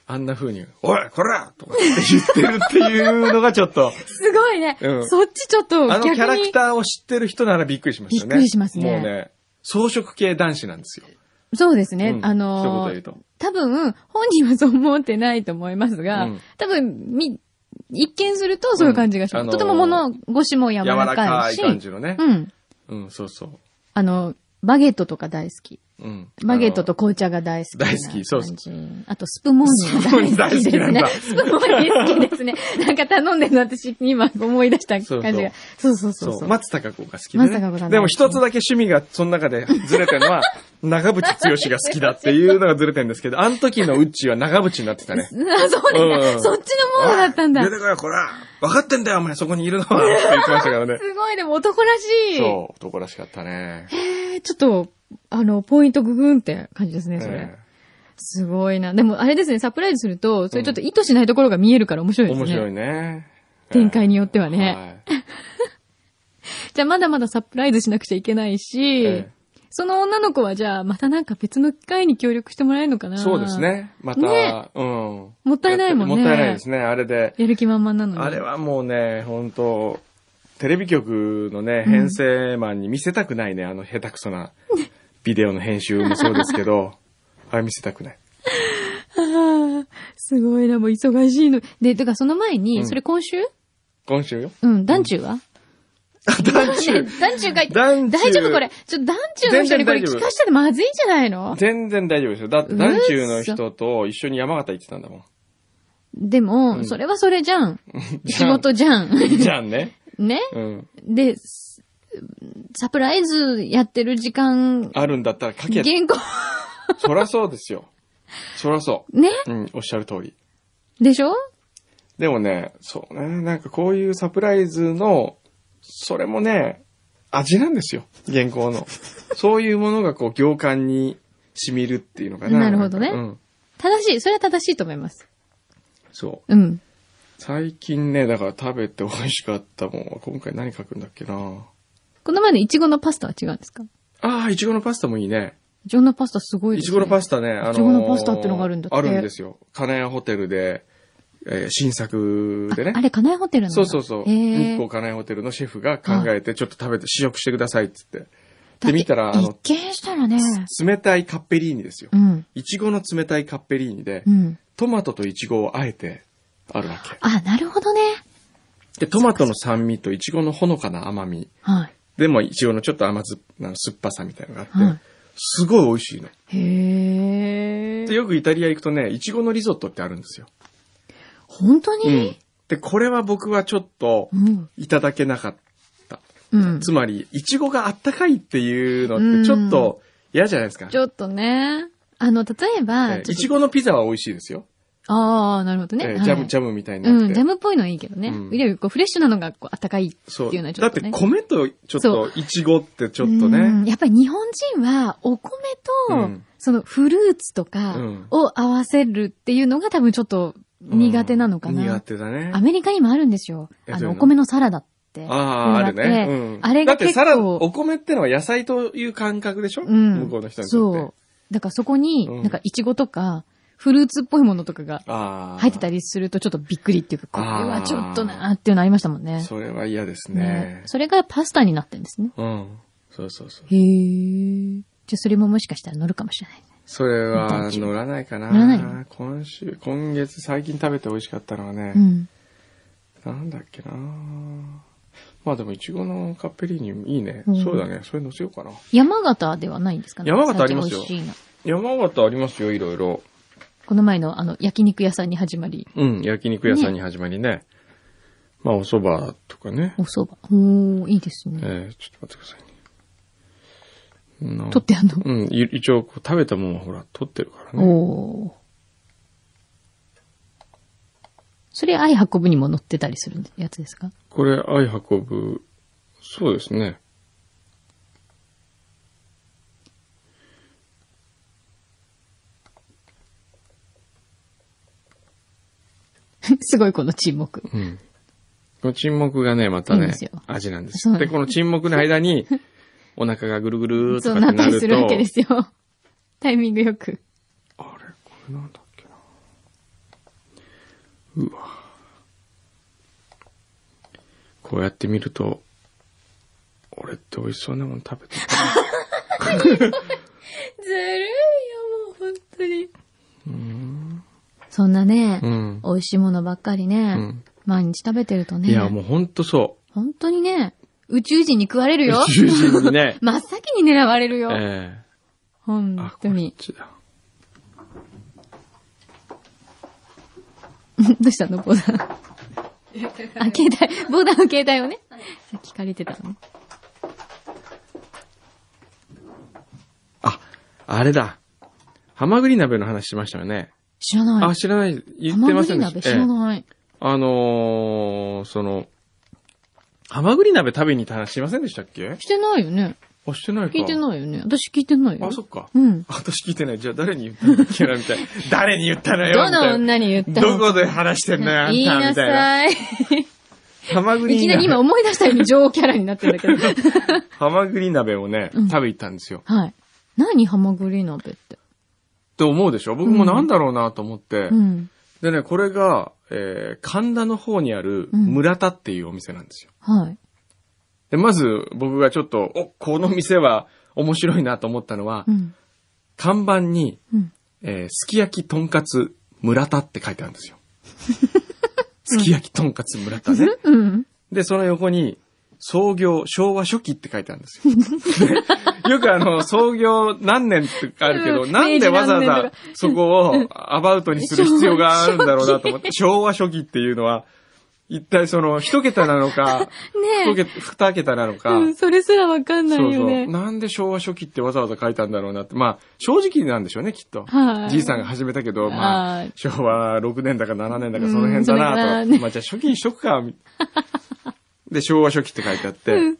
C: あんな風に、おい、こらとかって言ってるっていうのがちょっ と、
A: すごいね。
C: うん
A: そっちちょっと
C: あ
A: 逆
C: のキ
A: に。
C: ャラクターを知ってる人ならびっくりしましたね。
A: びっくりしますね
C: もうね、装飾系男子なんですよ。
A: そうですね。
C: うん
A: あ
C: 一言
A: の
C: で言
A: ー
C: うと。
A: 多分、本人はそう思ってないと思いますが、
C: うん
A: 多分、み、一見するとそういう感じがします。
C: うんあのー
A: とても物腰も柔
C: 柔
A: ら
C: ら
A: か
C: か
A: い
C: い
A: し、
C: 感じのね
A: う。ん。
C: うん、そうそ
A: あの、バゲットとか大好き。
C: う。うん。
A: バゲットと
C: あ
A: 紅茶が大好きな感じ。
C: 大好きそうそう
A: あと、スプーンモーニーが大好きですね。
C: ス
A: スプーンモーニー好きですね。なんか頼んでるの私、今思い出した感じが。そうそ
C: の、
A: うそう
C: そ、
A: そうう。
C: 松たか子が好きでね。
A: 松たか子さん大好き
C: でも一つだけ趣味がその中でずれてる のは、長渕剛が好きだっていうのがずれてるんですけど、あの時のウッチーは長渕になってたね。
A: あそうですね、
C: うん
A: そっちのものだったんだ。
C: おい出て
A: す
C: こい、こら分かってんだよ、お前そこにいるのはって言ってましたから ね。
A: ごい、でも男らしい。
C: そう、男らしかったね。
A: えーちょっと、あの、ポイントググンって感じですね、それ。
C: え
A: すごいな。でも、あれですね、サプライズすると、それちょっと意図しないところが見えるから面白い
C: え
A: ですね。
C: 面白いね。
A: 展開によっては
C: ええ
A: ね。
C: はい
A: じゃあ、まだまだサプライズしなくちゃいけないし、
C: ええ
A: その女の子はじゃあ、またなんか別の機会に協力してもらえるのかな
C: そうです。ね。また、
A: ね
C: うん。
A: もったいないもんね
C: もったいないですね、あれで。
A: やる気満々なのに。
C: あれはもうね、本当テレビ局のね、編成マンに見せたくないね、あの下手くそなビデオの編集もそうですけ ど、あれ見せたくない。
A: はあ。すごいな、もう忙しいの。で、てかその前に、
C: うん
A: それ今週
C: 今週よ。
A: うん、団中は
C: 団中
A: ね団中が、
C: 団
A: 大
C: 中
A: 丈夫これ。ちょ、団中の人にこれ
C: 全然大丈夫
A: 聞かしたらまずいんじゃないの
C: 全然大丈夫ですよ。だって、
A: 嘘
C: 団中の人と一緒に山形行ってたんだ もん。
A: でも、
C: うん
A: それはそれじゃん。
C: じ
A: 仕
C: ゃん
A: 事じゃん。
C: じゃんね。
A: ね
C: うん。
A: で、すサプライズやってる時間、
C: あるんだったら書け。
A: 原稿、
C: そらそうですよ。そらそ
A: ね
C: う。うん、おっしゃる通り。
A: でしょ
C: でもね、そうね、なんかこういうサプライズの、それもね、味なんですよ、原稿の。そういうものがこう、行間に染みるっていうのかな。
A: なるほどね
C: うん。
A: 正しい。それは正しいと思います。
C: そう。
A: うん。
C: 最近ね、だから食べて美味しかったもんは、今回何書くんだっけな
A: この前のイチゴのパスタは違うんですか
C: ああ、いちごのパスタもいいね。
A: いちごのパスタすごい
C: い
A: です
C: ち
A: ね。
C: ごのパスタね、あのー
A: いちごのパスタってのがあるんだって
C: あるんですよ。金谷ホテルで、えー新作でね
A: あ。あれ、金谷ホテルの
C: そうそうそう。
A: へ
C: 日
A: え
C: 光金谷ホテルのシェフが考えて、ちょっと食べて、試食してくださいって言って。で、見たら、あ
A: だって
C: の、
A: 一見したらね、
C: 冷たいカッペリーニですよ
A: う。ん、
C: いちごの冷たいカッペリーニで
A: う、ん。
C: トマトとイチゴをあえてあるわけ。
A: あ、なるほどね。
C: で、トマトの酸味とイチゴのほのかな甘み。
A: はい。
C: でも、イチゴのちょっと甘酸っあの酸っぱさみたいなのがあ
A: は
C: っ
A: い
C: て、すごい美味しいの。
A: へえ
C: で、。よくイタリア行くとね、イチゴのリゾットってあるんですよ。
A: 本当
C: う
A: に
C: ん。で、これは僕はちょっと
A: う、ん。
C: いただけなかった。
A: うん。
C: つまり、イチゴがあったかいっていうのって、ちょっと嫌じゃないですか。
A: ちょっとね。あの、例え
C: え
A: ば、ちょっと
C: えいちごのピザは美味しいですよ。
A: ああ、なるほどね。
C: ええジャ
A: は
C: ム、
A: い
C: ジャムみたいになっ
A: うん、
C: て
A: ジャ。ムっぽいのはいいけどね。
C: うん
A: いわゆるこうフレッシュなのがこうあったかいって
C: そう。
A: いうのはちょ
C: だ
A: っ
C: っ
A: と
C: て
A: ね。
C: 米とちょっ
A: そ
C: と、いちごってちょっと
A: う
C: ね
A: ん。やっぱり日本人はお米
C: う
A: と、
C: ん
A: そのフルーツとか
C: うん
A: を合わせるっていうのが多分ちょっと苦手なのかな。
C: 苦手だね。
A: アメリカにもあるんですよ。
C: え
A: あ
C: そう
A: の、
C: な
A: お
C: の
A: 米のサラダって。
C: ああ、あるね。うん、
A: あれ
C: だ
A: が
C: って
A: 結
C: サラ
A: 構
C: お、米ってのは野菜という感覚でしょ、
A: うん。
C: 向こうの人にとって。
A: そう。だからそこに、
C: うん
A: なんかイチゴとか、フルーツっぽいものとかが
C: ああ。
A: 入ってたりするとちょっとびっくりっていうか、これ
C: あー
A: はちょっとなーっていうのありましたもんね。
C: それは嫌です
A: ね
C: ね。
A: それがパスタになってるんですね。
C: うん。そうそうそう。
A: へえ。じゃあそれももしかしたら乗るかもしれない。
C: それは乗らないかな。
A: 乗らない
C: 今週、今月最近食べて美味しかったのはね、
A: うん。
C: なんだっけなまあでも、いちごのカッペリーニいいね。
A: うん
C: そうだね。それ乗せようかな。
A: 山形ではないんですかね
C: 山形ありますよ
A: 最近美味しいな
C: 山形ありますよ、いろいろ。
A: この前のあの、焼肉屋さんに始まり、
C: うん、焼肉屋さんに始まりね。まあ、お蕎麦とかね。
A: お蕎麦。おー、いいですね。
C: えー、ちょっと待ってくださいね。な
A: 取ってあんの。
C: うん、い一応こう食べたもんはほら、取ってるからね。
A: おー。それ、愛運ぶにも乗ってたりするやつですか
C: これ、愛運ぶ、そうですね。
A: すごいこの沈黙。
C: うん。この沈黙がね、またね、
A: いいんですよ
C: 味なんで
A: そ
C: すよ。
A: うなんで
C: ですこの沈黙の間 に、お腹がぐるぐるー
A: そ
C: と
A: う
C: か
A: な
C: っ
A: ってた
C: な
A: り
C: る
A: す
C: と、
A: るわけですよ。 タイミングよく。
C: あれ、これなんだっけな。うわこうやって見ると、俺って美味しそうなもの食 べてる。
A: ずるいよ、もう、本当に。そんなね、
C: うん。
A: 美味しいものばっかりね、
C: うん
A: 毎日食べてるとね、
C: いや、もうほんとそう。
A: 本当にね、宇宙人に食わ れるよ。。
C: 宇宙人にね
A: 真っ先に狙われるよ。
C: ええ
A: 本
C: あ、こ
A: 当
C: っ
A: に。
C: ちだ。
A: どうしたの、ボーダン。あ、携帯、ボーダンの携帯をね、さっき借りてたのね。
C: あ、あれだ。ハマグリ鍋の話しましたよね。
A: 知らない。
C: あ、知らない。言ってません
A: ハマグリ鍋知ら
C: ええ
A: ない。
C: あのー、その、ハマグリ鍋食べに行った話しませんでしたっけ
A: してないよね。
C: あ、してないか。
A: 聞いてないよね。私聞いてないよ。
C: あ、そっか。
A: うん。
C: あ私聞いてない。じゃあ誰に言ったんだっけな、みたい な。誰に言ったのよ、
A: ど
C: みたいな。
A: の女に言った
C: ど
A: の
C: こで話してんのよ、あんた、
A: 言い
C: みた
A: ない
C: な。
A: さい。い
C: ハマグリ
A: きなり今
C: 鍋、
A: 思い出したように女王キャラになってるんだけ ど。
C: ハマグリ鍋をね、
A: うん
C: 食べに行ったんですよ。
A: はい。何ハマグリ鍋って。
C: って思うでしょ僕もなんだろうなと思って。
A: うん。
C: でね、これが、えー、神田の方にある
A: うん
C: 村田っていうお店なんですよ。
A: はい。
C: で、まず僕がちょっと、お、この店は面白いなと思ったのは、
A: うん。
C: 看板に、
A: うん。
C: えーすき焼きとんかつ村田って書いてあるんです よ。すき焼きとんかつ村田ね。
A: うん。
C: で、その横に、創業昭和初期って書いてあるんですよ。でよくあの、創業何年ってあるけど、
A: うん
C: なんでわざわ
A: 明治何
C: ざ
A: 年とか
C: そこをアバウトにする必要があるんだろうなと思 って、昭和初期っていうのは、一体その一桁なのか、
A: ねえ
C: 一。桁二桁なのか、
A: うん、それすらわかんな
C: そう
A: い
C: そ
A: よね
C: う。。なんで昭和初期ってわざわざ書いたんだろうなって。まあ、正直なんでしょうね、きっと。
A: はい
C: じいさんが始めたけど、ま
A: は
C: あ
A: い、
C: 昭和6年だか7年だかその辺だな
A: うんそれが
C: と。
A: ね
C: まあ、じゃあ初期にしとくか。みで、昭和初期って書いてあって。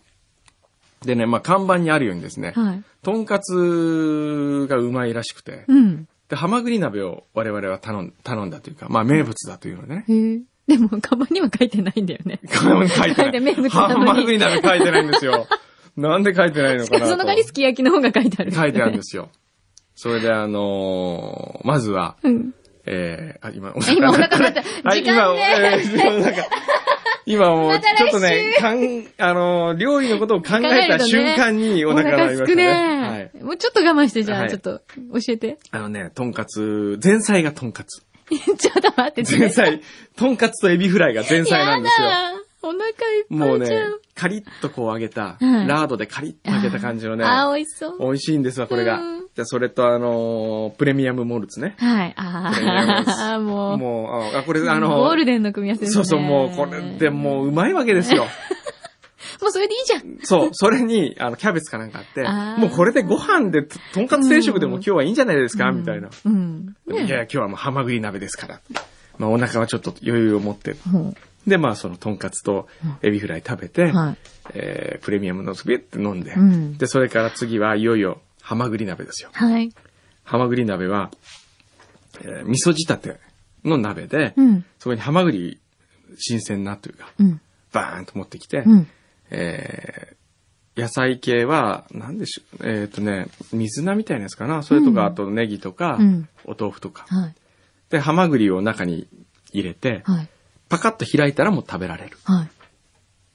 C: でね、まあ、看板にあるようにですね、
A: はい。
C: とんかつがうまいらしくて、
A: うん。
C: で、ハマグリ鍋を我々は頼ん頼んだというか、まあ、名物だというのでね。
A: へえ。でも、カバンには書いてないんだよね。
C: 書い
A: 書い
C: て
A: て名
C: ない。
A: 物なの
C: ハ
A: に
C: マグリ鍋書いてないんですよ。なんで書いてないの
A: し
C: か
A: か
C: な
A: も
C: と。
A: その代わりすき焼きの方が書いてある。
C: 書いてあるんですよ。それで、あのーまずは、
A: うん。
C: えー、あ、今、お
A: 今お腹鳴った。
C: はい
A: 時間ね。
C: 今、えー、なんか、今も
A: ま
C: う、
A: た来
C: ち
A: 週
C: ょっとね、かん、あのー料理のことを考えた瞬間にお腹が鳴り
A: す
C: ま
A: く
C: したね。
A: ね。もうちょっと我慢して、じゃ
C: は
A: あ、
C: い
A: ちょっと、教えて。
C: はい。あのね、とんかつ、前菜がとんかつ。
A: ちょっと待って、
C: 前 菜、とんかつとエビフライが前菜なんですよ。
A: やだお腹い
C: もう
A: っぱい
C: ね
A: じゃん。、
C: カリッとこう揚げた、
A: はい
C: ラードでカリッと揚げた感じのね、
A: あー、美味しそう。
C: 美味しいんですわ、これが
A: うん。
C: じゃあそれとあのープレミアムモルツね。
A: はい。
C: これやばいです
A: ああ、もう。
C: もう、あ、これあの
A: ゴールデンの組み合わせです
C: そ
A: ね。
C: うそう、もうこれでもううまいわけです よ。
A: もうそれでいいじゃん。
C: そう、それに、あの、キャベツかなんかあって
A: あー、
C: もうこれでご飯でと、とんかつ定食でも今日はいいんじゃないですか、みたいな。
A: うん。
C: いやいや、今日はもうハマグリ鍋ですから。まあお腹はちょっと余裕を持って。
A: うん
C: で、まあそのとんかつとエビフライ食べて、
A: はい。
C: えープレミアムのスビュって飲んで、
A: うん
C: で、それから次はいよいよ、ハマグリ鍋ですよ。
A: はい。
C: ハマグリ鍋は、えー味噌仕立ての鍋で、
A: うん。
C: そこにハマグリ、新鮮なというか、
A: うん。
C: バーンと持ってきて、
A: うん。
C: えー野菜系は、なんでしょう、えっ、とね、水菜みたいなやつかな。それとか、
A: うん
C: あとネギとか、
A: うん
C: お豆腐とか。
A: はい。
C: で、ハマグリを中に入れて、
A: はい。
C: パカッと開いたらもう食べられる。
A: はい。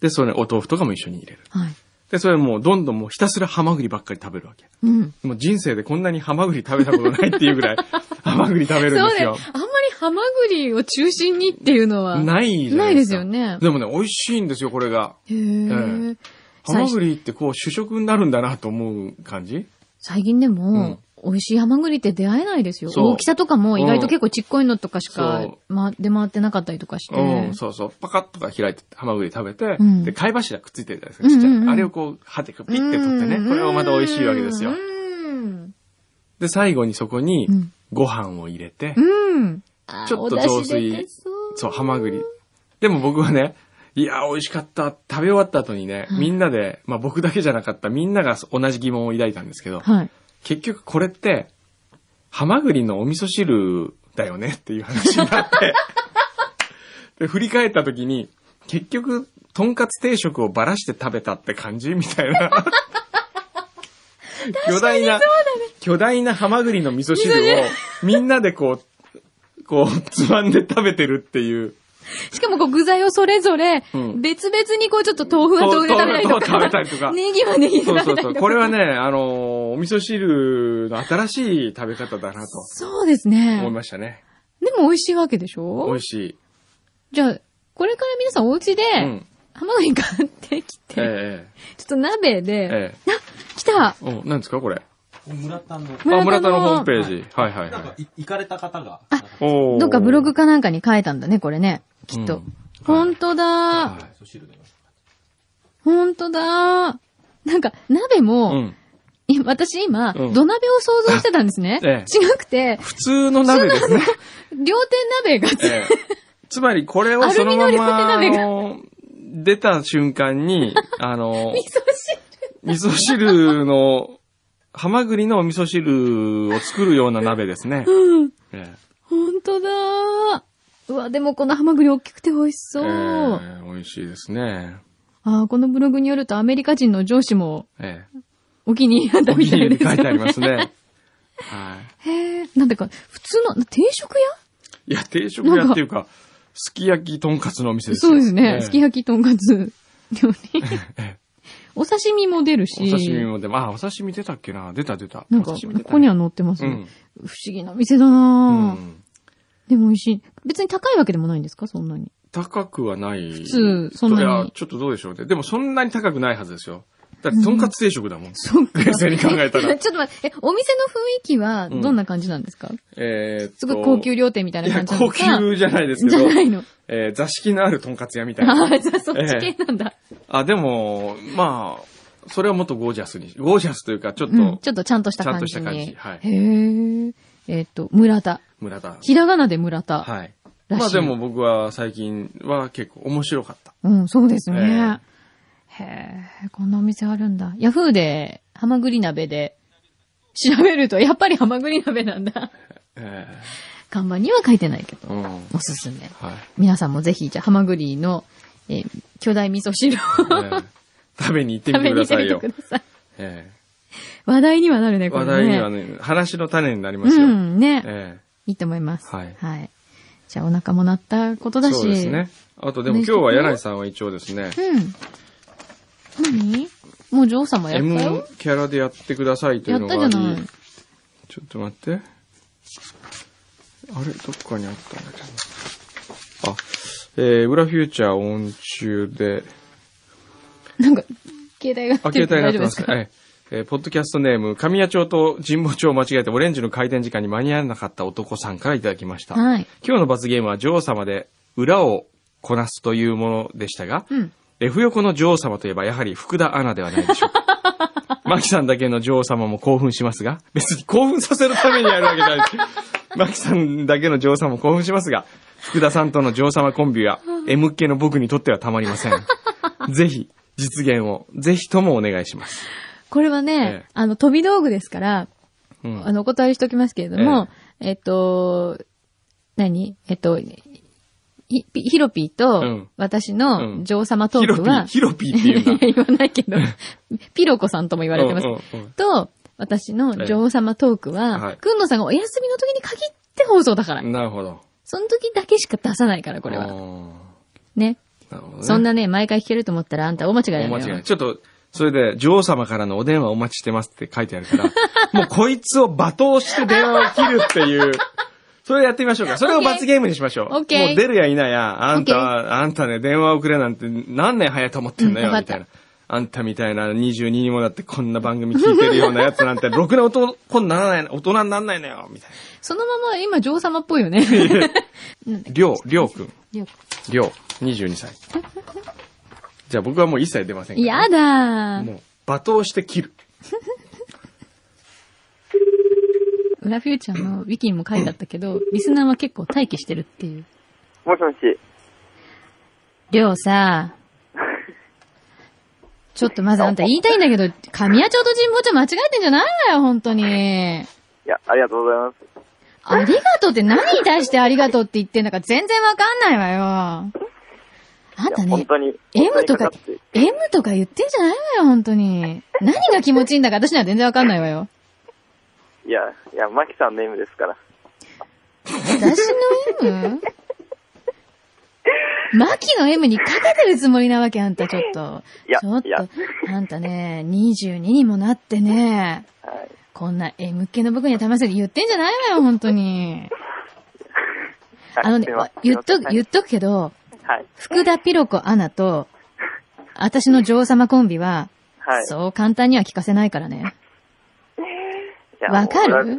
C: で、それお豆腐とかも一緒に入れる。
A: はい。
C: で、それもうどんどんもうひたすらハマグリばっかり食べるわけ。
A: うん。
C: もう人生でこんなにハマグリ食べたことないっていうぐらい、ハマグリ食べ
A: そう
C: るんです
A: ね。あん
C: よ
A: ま。りハマグリを中心にっていうのは。
C: ないじゃな
A: ないい
C: で
A: ですす
C: か
A: よね。
C: でもね、美味しいんですよ、これが。
A: へ
C: え
A: え。
C: ハマグリってこう主食になるんだなと思う感じ
A: 最近で
C: うん
A: も、美味しいハマグリって出会えないですよ。
C: そう
A: 大きさとかも意外と結構ちっこいのとかしか
C: そ、
A: ま、出回ってなかったりとかして。
C: うん、そうそう。パカッとか開いて、ハマグリ食べて、
A: うん
C: で、貝柱くっついてるじゃないですか、ちっちゃい。
A: うんうんうん
C: あれをこう、歯でこうピッて取ってね、これもまた美味しいわけですよ
A: う。ん。
C: で、最後にそこに
A: うん、
C: ご飯を入れて、
A: うん。
C: ちょっと雑炊
A: あーお出汁出てそう
C: そう、ハマグリ。でも僕はね、いやー、美味しかった。食べ終わった後にね、
A: はい
C: みんなで、まあ僕だけじゃなかった、みんなが同じ疑問を抱いたんですけど、
A: はい。
C: 結局これって、ハマグリのお味噌汁だよねっていう話にな って、で振り返った時に、結局、とんかつ定食をばらして食べたって感じみたいな。巨大な、巨大なハマグリの味噌汁をみんなでこう、こう、つまんで食べてるっていう。
A: しかもこう具材をそれぞれ
C: うん、
A: 別々にこうちょっと豆腐は豆腐で食べたりと
C: 豆腐は豆腐で食べた
A: か
C: りとか、
A: ネギはネギで食
C: そ
A: べ
C: うそ
A: たりと
C: う
A: か。
C: そう。これはね、あのーお味噌汁の新しい食べ方だなと
A: そうです
C: 思い
A: ね。
C: ましたね。
A: でも美味しいわけでし
C: 美
A: ょ
C: 味しい。
A: じゃあ、これから皆さんお家で
C: うん、
A: ハマグリ買っ
C: ええ
A: てきて、
C: ええ
A: ちょっと鍋で、
C: え
A: 来た
C: え。お、何ですかこれ。
D: 村田の、
C: あ、村
A: 村
C: 田
A: 田
C: の
A: の
C: ホームページ。はいはい
D: なん
C: は
D: か
C: い。
D: い、行かれた方が、
C: おー
A: どっかブログかなんかに書いたんだね、これね。きっ
C: う
A: と
C: ん。
A: 本当
C: は
A: だ
C: い。
D: 味噌汁でも。
A: 本当だなんか、鍋
C: う
A: も、
C: ん。
A: いや私今、
C: うん
A: 土鍋を想像してたんですね。
C: ええ
A: 違くて、
C: 普通の鍋ですね。
A: 両手鍋がつ、
C: ええつまりこれをそのまま、
A: ア
C: あ
A: ルミの料理鍋が
C: の出た瞬間 に、あの、
A: 味噌汁。
C: 味噌汁の、ハマグリのお味噌汁を作るような鍋ですね。ええ
A: 本当だうわ、でもこのハマグリ大きくて美味しそう。
C: ええ美味しいですね。
A: あーこのブログによるとアメリカ人の上司も
C: え
A: お気に入りだっ
C: え。
A: た
C: お気に
A: みた
C: 入
A: い
C: りです
A: で、
C: 書
A: ね。
C: いてありますね。はい。
A: へえ、なんだか、普通の、定食
C: いや、定食屋っていうか、すき焼きとんかつのお店
A: 屋
C: ですよ
A: そうですね。
C: ええ
A: すき焼きとんかつ 料理。お刺身も出るし。
C: お刺身もでも、あ、お刺身出たっけな出た出た。
A: なん
C: お
A: か、
C: 刺身出たね
A: ここには載ってます
C: う
A: ね
C: ん。。
A: 不思議な店だ
C: う
A: なぁ
C: ん。
A: でも美味しい。別に高いわけでもないんですかそんな に。
C: 高くはない。普
A: 通そんなに
C: いや、ちょっとどうでしょうね。でもそんなに高くないはずですよ。だって、とんかつ定食だもん。
A: そっか。
C: 冷静に考えたら。
A: ちょっと待って、え、お店の雰囲気はどんな感じなんですか、
C: えーっと
A: すごい高級料亭みたい
C: い
A: な
C: や、
A: 感じなん
C: 高
A: ですか
C: 級じゃないですけ
A: じ
C: ど
A: ゃ、ないの。
C: えー座敷のあるとんかつ屋みたい
A: あ
C: な。
A: あ、じゃあそっち系なんだ。
C: あ、でも、まあ、それはもっとゴージャスに、ゴージャスというか、ちょっ
A: うん、
C: と
A: ち、ょっとちゃんとした感じに。
C: ちゃんとした感じ
A: へえ。えっ、と、村田。
C: 村田。
A: ひらがなで村田。
C: はい。
A: らしい
C: まあでも僕は最近は結構面白かった。
A: うん、そうですね。
C: え
A: へえ、こんなお店あるんだ。ヤフーで、ハマグリ鍋で、調べると、やっぱりハマグリ鍋なんだ。
C: え
A: 看板には書いてないけ
C: え
A: ど、
C: うん。は
A: おすすめ。
C: い。
A: 皆さんもぜひ、じゃあハマグリの、えー巨大味噌汁を
C: ええ食べに行ってみ
A: 食
C: て
A: べ
C: くだ
A: に行って
C: さ
A: み
C: い
A: て
C: よ
A: く。ださい。
C: え
A: 話題にはなるね、これ
C: 話
A: ね。
C: 題にはね、話の種になります
A: う
C: よ。
A: ん、ね。
C: え
A: いいと思います。
C: はい
A: じゃあ、お腹も鳴ったこと
C: え
A: だし。
C: そうですね。あとでも今日は柳井さんは一応ですね、
A: うん。何もう女王様やったよ。
C: M キャラでやってくださいとい
A: や
C: う
A: っ
C: の
A: た
C: があ
A: じゃ
C: り、
A: ない。
C: ちょっと待って。あれ、どっかにあったんだけど。あ、えー、裏フューチャー音中で、
A: なんか、携帯が
C: あ、
A: って
C: 携
A: る
C: 帯になっ
A: 大
C: て
A: 丈夫
C: ま
A: ですす
C: ね。
A: か
C: はいえーポッドキャストネーム、神谷町と神保町を間違えてオレンジの開店時間に間に合わなかった男さんからいただきました。
A: はい。
C: 今日の罰ゲームは女王様で裏をこなすというものでしたが、
A: うん。
C: F 横の女王様といえばやはり福田アナではないでしょうか。 マキさんだけの女王様も興奮しますが、別に興奮させるためにやるわけじゃないで す。マキさんだけの女王様も興奮しますが、福田さんとの女王様コンビは M 系の僕にとってはたまりま せん。ぜひ、実現を、ぜひともお願いします。
A: これはね、
C: ええ
A: あの、飛び道具ですから、
C: うん
A: あの、お断りしておきますけれども、えっと、何えっと、ひヒロピー
C: う
A: と
C: ん、
A: 私
C: う
A: の
C: ん
A: 女王様ト
C: ヒ
A: ー
C: ロ
A: ク
C: ピ
A: は、
C: ー、ヒロピーっていう
A: 言わな いけど、ピロコさんとも 言われてます。
C: うんうんうん
A: と、私の女王様トーク
C: は
A: は、
C: い
A: くんのさんがお休みの時に限って放送だから。
C: なるほど。
A: その時だけしか出さないから、これ
C: あー
A: は。ね。
C: なるほどね
A: そんなね、毎回聞けると思ったらあんた大間違いだ
C: お
A: よ。
C: 間違い。ちょっと、それで、女王様からのお電話お待ちしてますって書いてあるから、 もうこいつを罵倒して電話を切るって いう、それやってみましょうか。それを
A: OK
C: 罰ゲームにしましょう。
A: OK
C: もう出るやいなや、あんたは、あんたね、電話をくれなんて何年早いと思ってんだよ、
A: うんわか
C: み
A: った
C: たいな。あんたみたいな22にもだってこんな番組聞いてるようなやつ なんて、ろくな男にならない、大人にならないのよ、みたい
A: そのまま今女王様っぽいよね。
C: な。りょう、りょうくん。
A: りょう
C: りょう、22歳。 じゃあ僕はもう一切出ませんからね、
A: やだー。
C: もう、罵倒して切る。
A: 裏フューチャーのウィキにも書いてあったけど、リスナーは結構待機してるっていう。
E: もしもし。
A: りょうさ、ちょっとまずあんた言いたいんだけど、神谷町と神保町間違えてんじゃないわよ、本当に。
E: いや、ありがとうございます。
A: ありがとうって何に対してありがとうって言ってんだか全然わかんないわよ。あん
E: い
A: た
E: や本
A: ね、
E: 当に。
A: M と
E: 本
A: か
E: 当にって、
A: M とか言ってんじゃないわよ、本当に。何が気持ちいいんだか私には全然わかんないわよ。
E: いや、いや、マキさんの M ですから。
A: 私の M? マキの M にかけてるつもりなわけ、あんたちょっと。
E: いや
A: ちょっ
E: いや
A: と、あんたね、22にもなってね、
E: はい。
A: こんな M 系の僕には騙せて言ってんじゃないわよ、本当に。あのね、言っとく、言っ
E: っ
A: とくけど、
E: はい。
A: 福田ピロコアナと、私の女王様コンビは、
E: はい。
A: そう簡単には聞かせないからね。
E: いや
A: わかる
E: もう俺は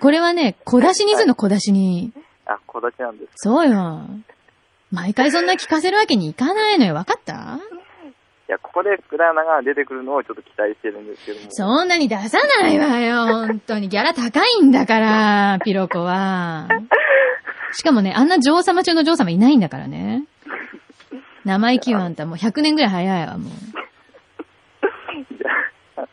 A: これはね、小出しにするの、小出しに。
E: あ、小立ちなんです。
A: そうよ。毎回そんな聞かせるわけにいかないのよ。わかった
E: いや、ここで福田アナが出てくるのをちょっと期待してるんですけども。
A: そんなに出さないわよ。本当に。ギャラ高いんだから、ピロコは。しかもね、あんな女王様中の女王様いないんだからね。生意気よ、あんた。もう100年ぐらい早いわ、もう。
E: じゃあ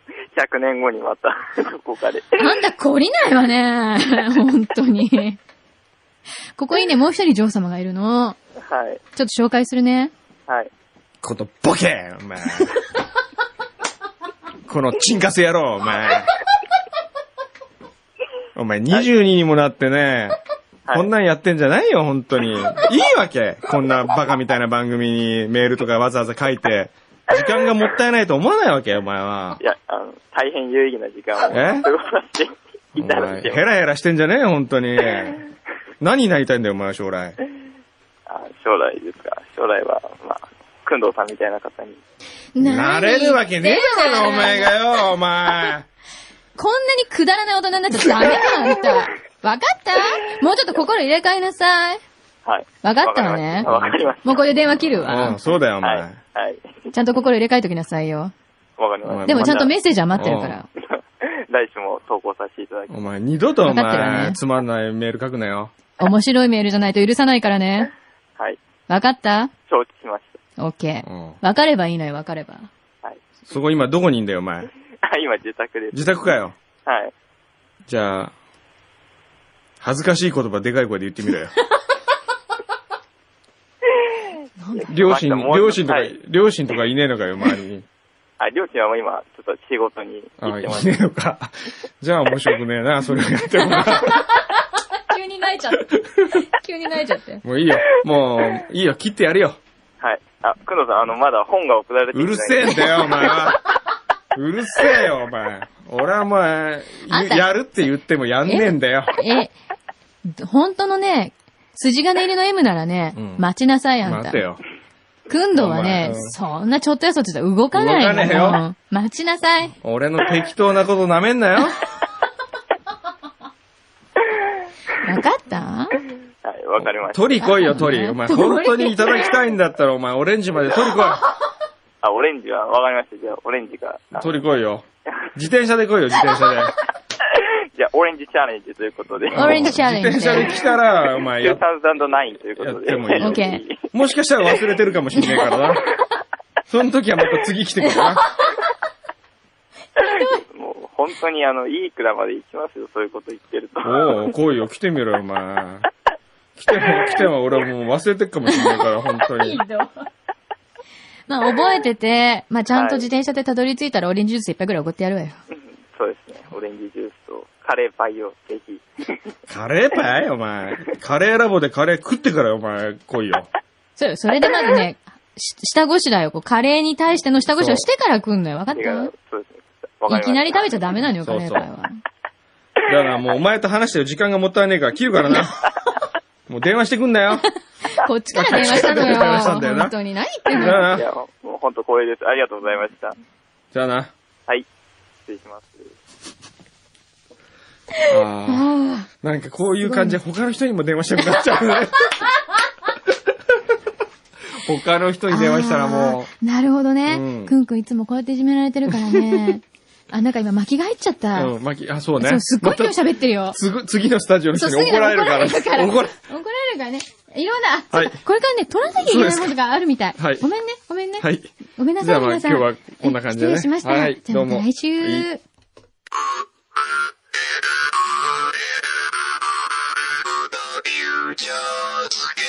E: 100年後にまた、 どこかで。
A: あんた懲りないわね。本当に。ここにね、もう一人女王様がいるの。
E: はい。
A: ちょっと紹介するね。
E: はい。
C: このボケお前。このチンカス野郎お前。お前22にもなってね、
E: はい。
C: こんなんやってんじゃないよ、本当に。いいわけこんなバカみたいな番組にメールとかわざわざ書いて、時間がもったいないと思わないわけお前はい
E: や、あの、大変有意義な時間を
C: え
E: 過ごさせて
C: お
E: いただ
C: 前、
E: い
C: ヘ
E: てます。
C: ラヘラしてんじゃねえよ、本当に。何になりたいんだよ、お前は将来。
E: あ将来ですか。将来は、まあ、くんどうさんみたいな方に。
C: なれるわけねえだろ、お前がよ、お前。
A: こんなにくだらない大人になっちゃダメだ、あんた。わかったもうちょっと心入れ替えなさい。
E: はい。
A: わかったわね
E: わかりまし
A: もうこれで電話切る
C: う
A: わ
C: ん、。そうだよ、お
E: た。はい。
C: 前。
E: はい。
A: ちゃんと心入れ替えときなさいよ。
E: わかりました。
A: でもちゃんとメッ
E: ま
A: セージは待ってるから。
E: た 来週も投稿させていただきます。
C: お前、二度とお
A: わかってるよ
C: 前、
A: ね
C: つまんないメール書くなよ。
A: 面白いメールじゃないと許さないからね。
E: はい。
A: わかった
E: 承知しまし
A: ?OK
C: う。ん。
A: わかればいいのよ、わかれば。
E: た。はい。
C: そこ今どこにいんだよ、お前。
E: あ、今自宅です。
C: 自宅かよ。
E: はい。
C: じゃあ、恥ずかしい言葉でかい声で言ってみろよ。両親、
E: またもう
C: 両親とか、
E: はい
C: 両親とかいねえのかよ、周りに。
E: あ、両親はもう今、ちょっと仕事に行
C: あ
E: っ
C: あ、いね
E: てます。
C: えのか。じゃあ面白くねえな、それをやってもらう。
A: 急に泣いちゃって。 急に泣いちゃって。
C: もういいよ。もう、いいよ、切ってやるよ。
E: はい。あ、くんどさん、あの、まだ本が送られてき
C: う
E: てな
C: る
E: い。
C: せえんだよ、お前は。うるせえよ、お前。俺はお前
A: あん、た
C: やるって言ってもやんねえんだよ。
A: え、本当のね、筋金入りの M ならね、
C: うん
A: 待ちなさい、あん
C: 待
A: た
C: て。よ。
A: くんどは
C: お前う
A: ね
C: ん、
A: そんなちょっとやそっちじゃ動かない
C: 動かねえよ
A: うん待ちなさい。
C: 俺の適当なこと舐めんなよ。
A: わかった
E: はい、わかりました。
C: 取り来いよ、取り。お前、
A: 取り
C: 本当にいただきたいんだったら、お前、オレンジまで取り来 い。
E: あ、オレンジは、わかりました。じゃあ、オレンジが。あ
C: 取り来いよ。自転車で来いよ、自転車で。
E: じゃあ、オレンジチャレンジということで。
A: オ レンジチャレンジ
C: 自転車で来たら、お前、や
E: 2009ということで。
C: やってもいいよ
A: OK
C: もしかしたら忘れてるかもしんないから な。その時はまた次来てくれな。
E: もう本当にあの、いい蔵まで行きますよ、そういうこと言ってると。
C: おお、来いよ、来てみろよ、お前。来ても、来ても、俺はもう忘れてるかもしんないから、本当に。
A: まあ、覚えてて、まあ、ちゃんと
E: はい
A: 自転車でたどり着いたらオレンジジュース一杯ぐらいおごってやるわよ。
E: そうですね。オレンジジュースとカレーパイをぜひ。
C: カレーパイお前。カレーラボでカレー食ってからよ、お前、来いよ。
A: そうよそれでまずね、し下ごしらえをこう、カレーに対しての下ごしらえをしてから来んのよ。わかっ
E: いや
A: た
E: そうですね。わかりました
A: いきなり食べちゃダメなのよ、カ
C: そう
A: レ
C: そう
A: ーパイは。
C: だからもう、お前と話してる時間がもったいねえから、切るから な。もう電話してくんなよ。
A: こっちから電話したのよ。
C: こっちから電話したんだよな
A: 本当に。何言って
C: じ
A: んの
C: ゃあ
E: い
C: な。
E: や、もう本当光栄です。ありがとうございました。
C: じゃあな。
E: はい。失礼します。
C: あ
A: あ
C: ーなんかこういう感じで他の人にも電話したくなっちゃう ね。他の人
A: ー
C: に電話したらも
A: あーなるほどね、
C: うん
A: くんくんいつもこうやっていじめられてるからね。あ、なんか今巻きが入っちゃった。
C: う、うん、まき、あ、そうね。
A: そう、すっごい今日
C: ま
A: 喋ってるよ
C: た。次次のスタジオの人に
A: そうすぐ
C: 怒られるから
A: 怒られるから
C: ね。怒ら
A: 怒られるからね。いろんな、あ
C: はい
A: そうかこれからね、取らなきゃいけないことがあるみたい。
C: はい
A: ごめんね、ごめんね。
C: はい。
A: ごめんな
C: じ
A: さ
C: ゃ
A: い、
C: あまあ今
A: 皆さん。
C: 日はこんな感じでね。
A: 失礼しました。
C: はい、
A: じゃ
C: ど
A: あ
C: う
A: ま
C: も。
A: た来週。
C: はい
F: ジャズ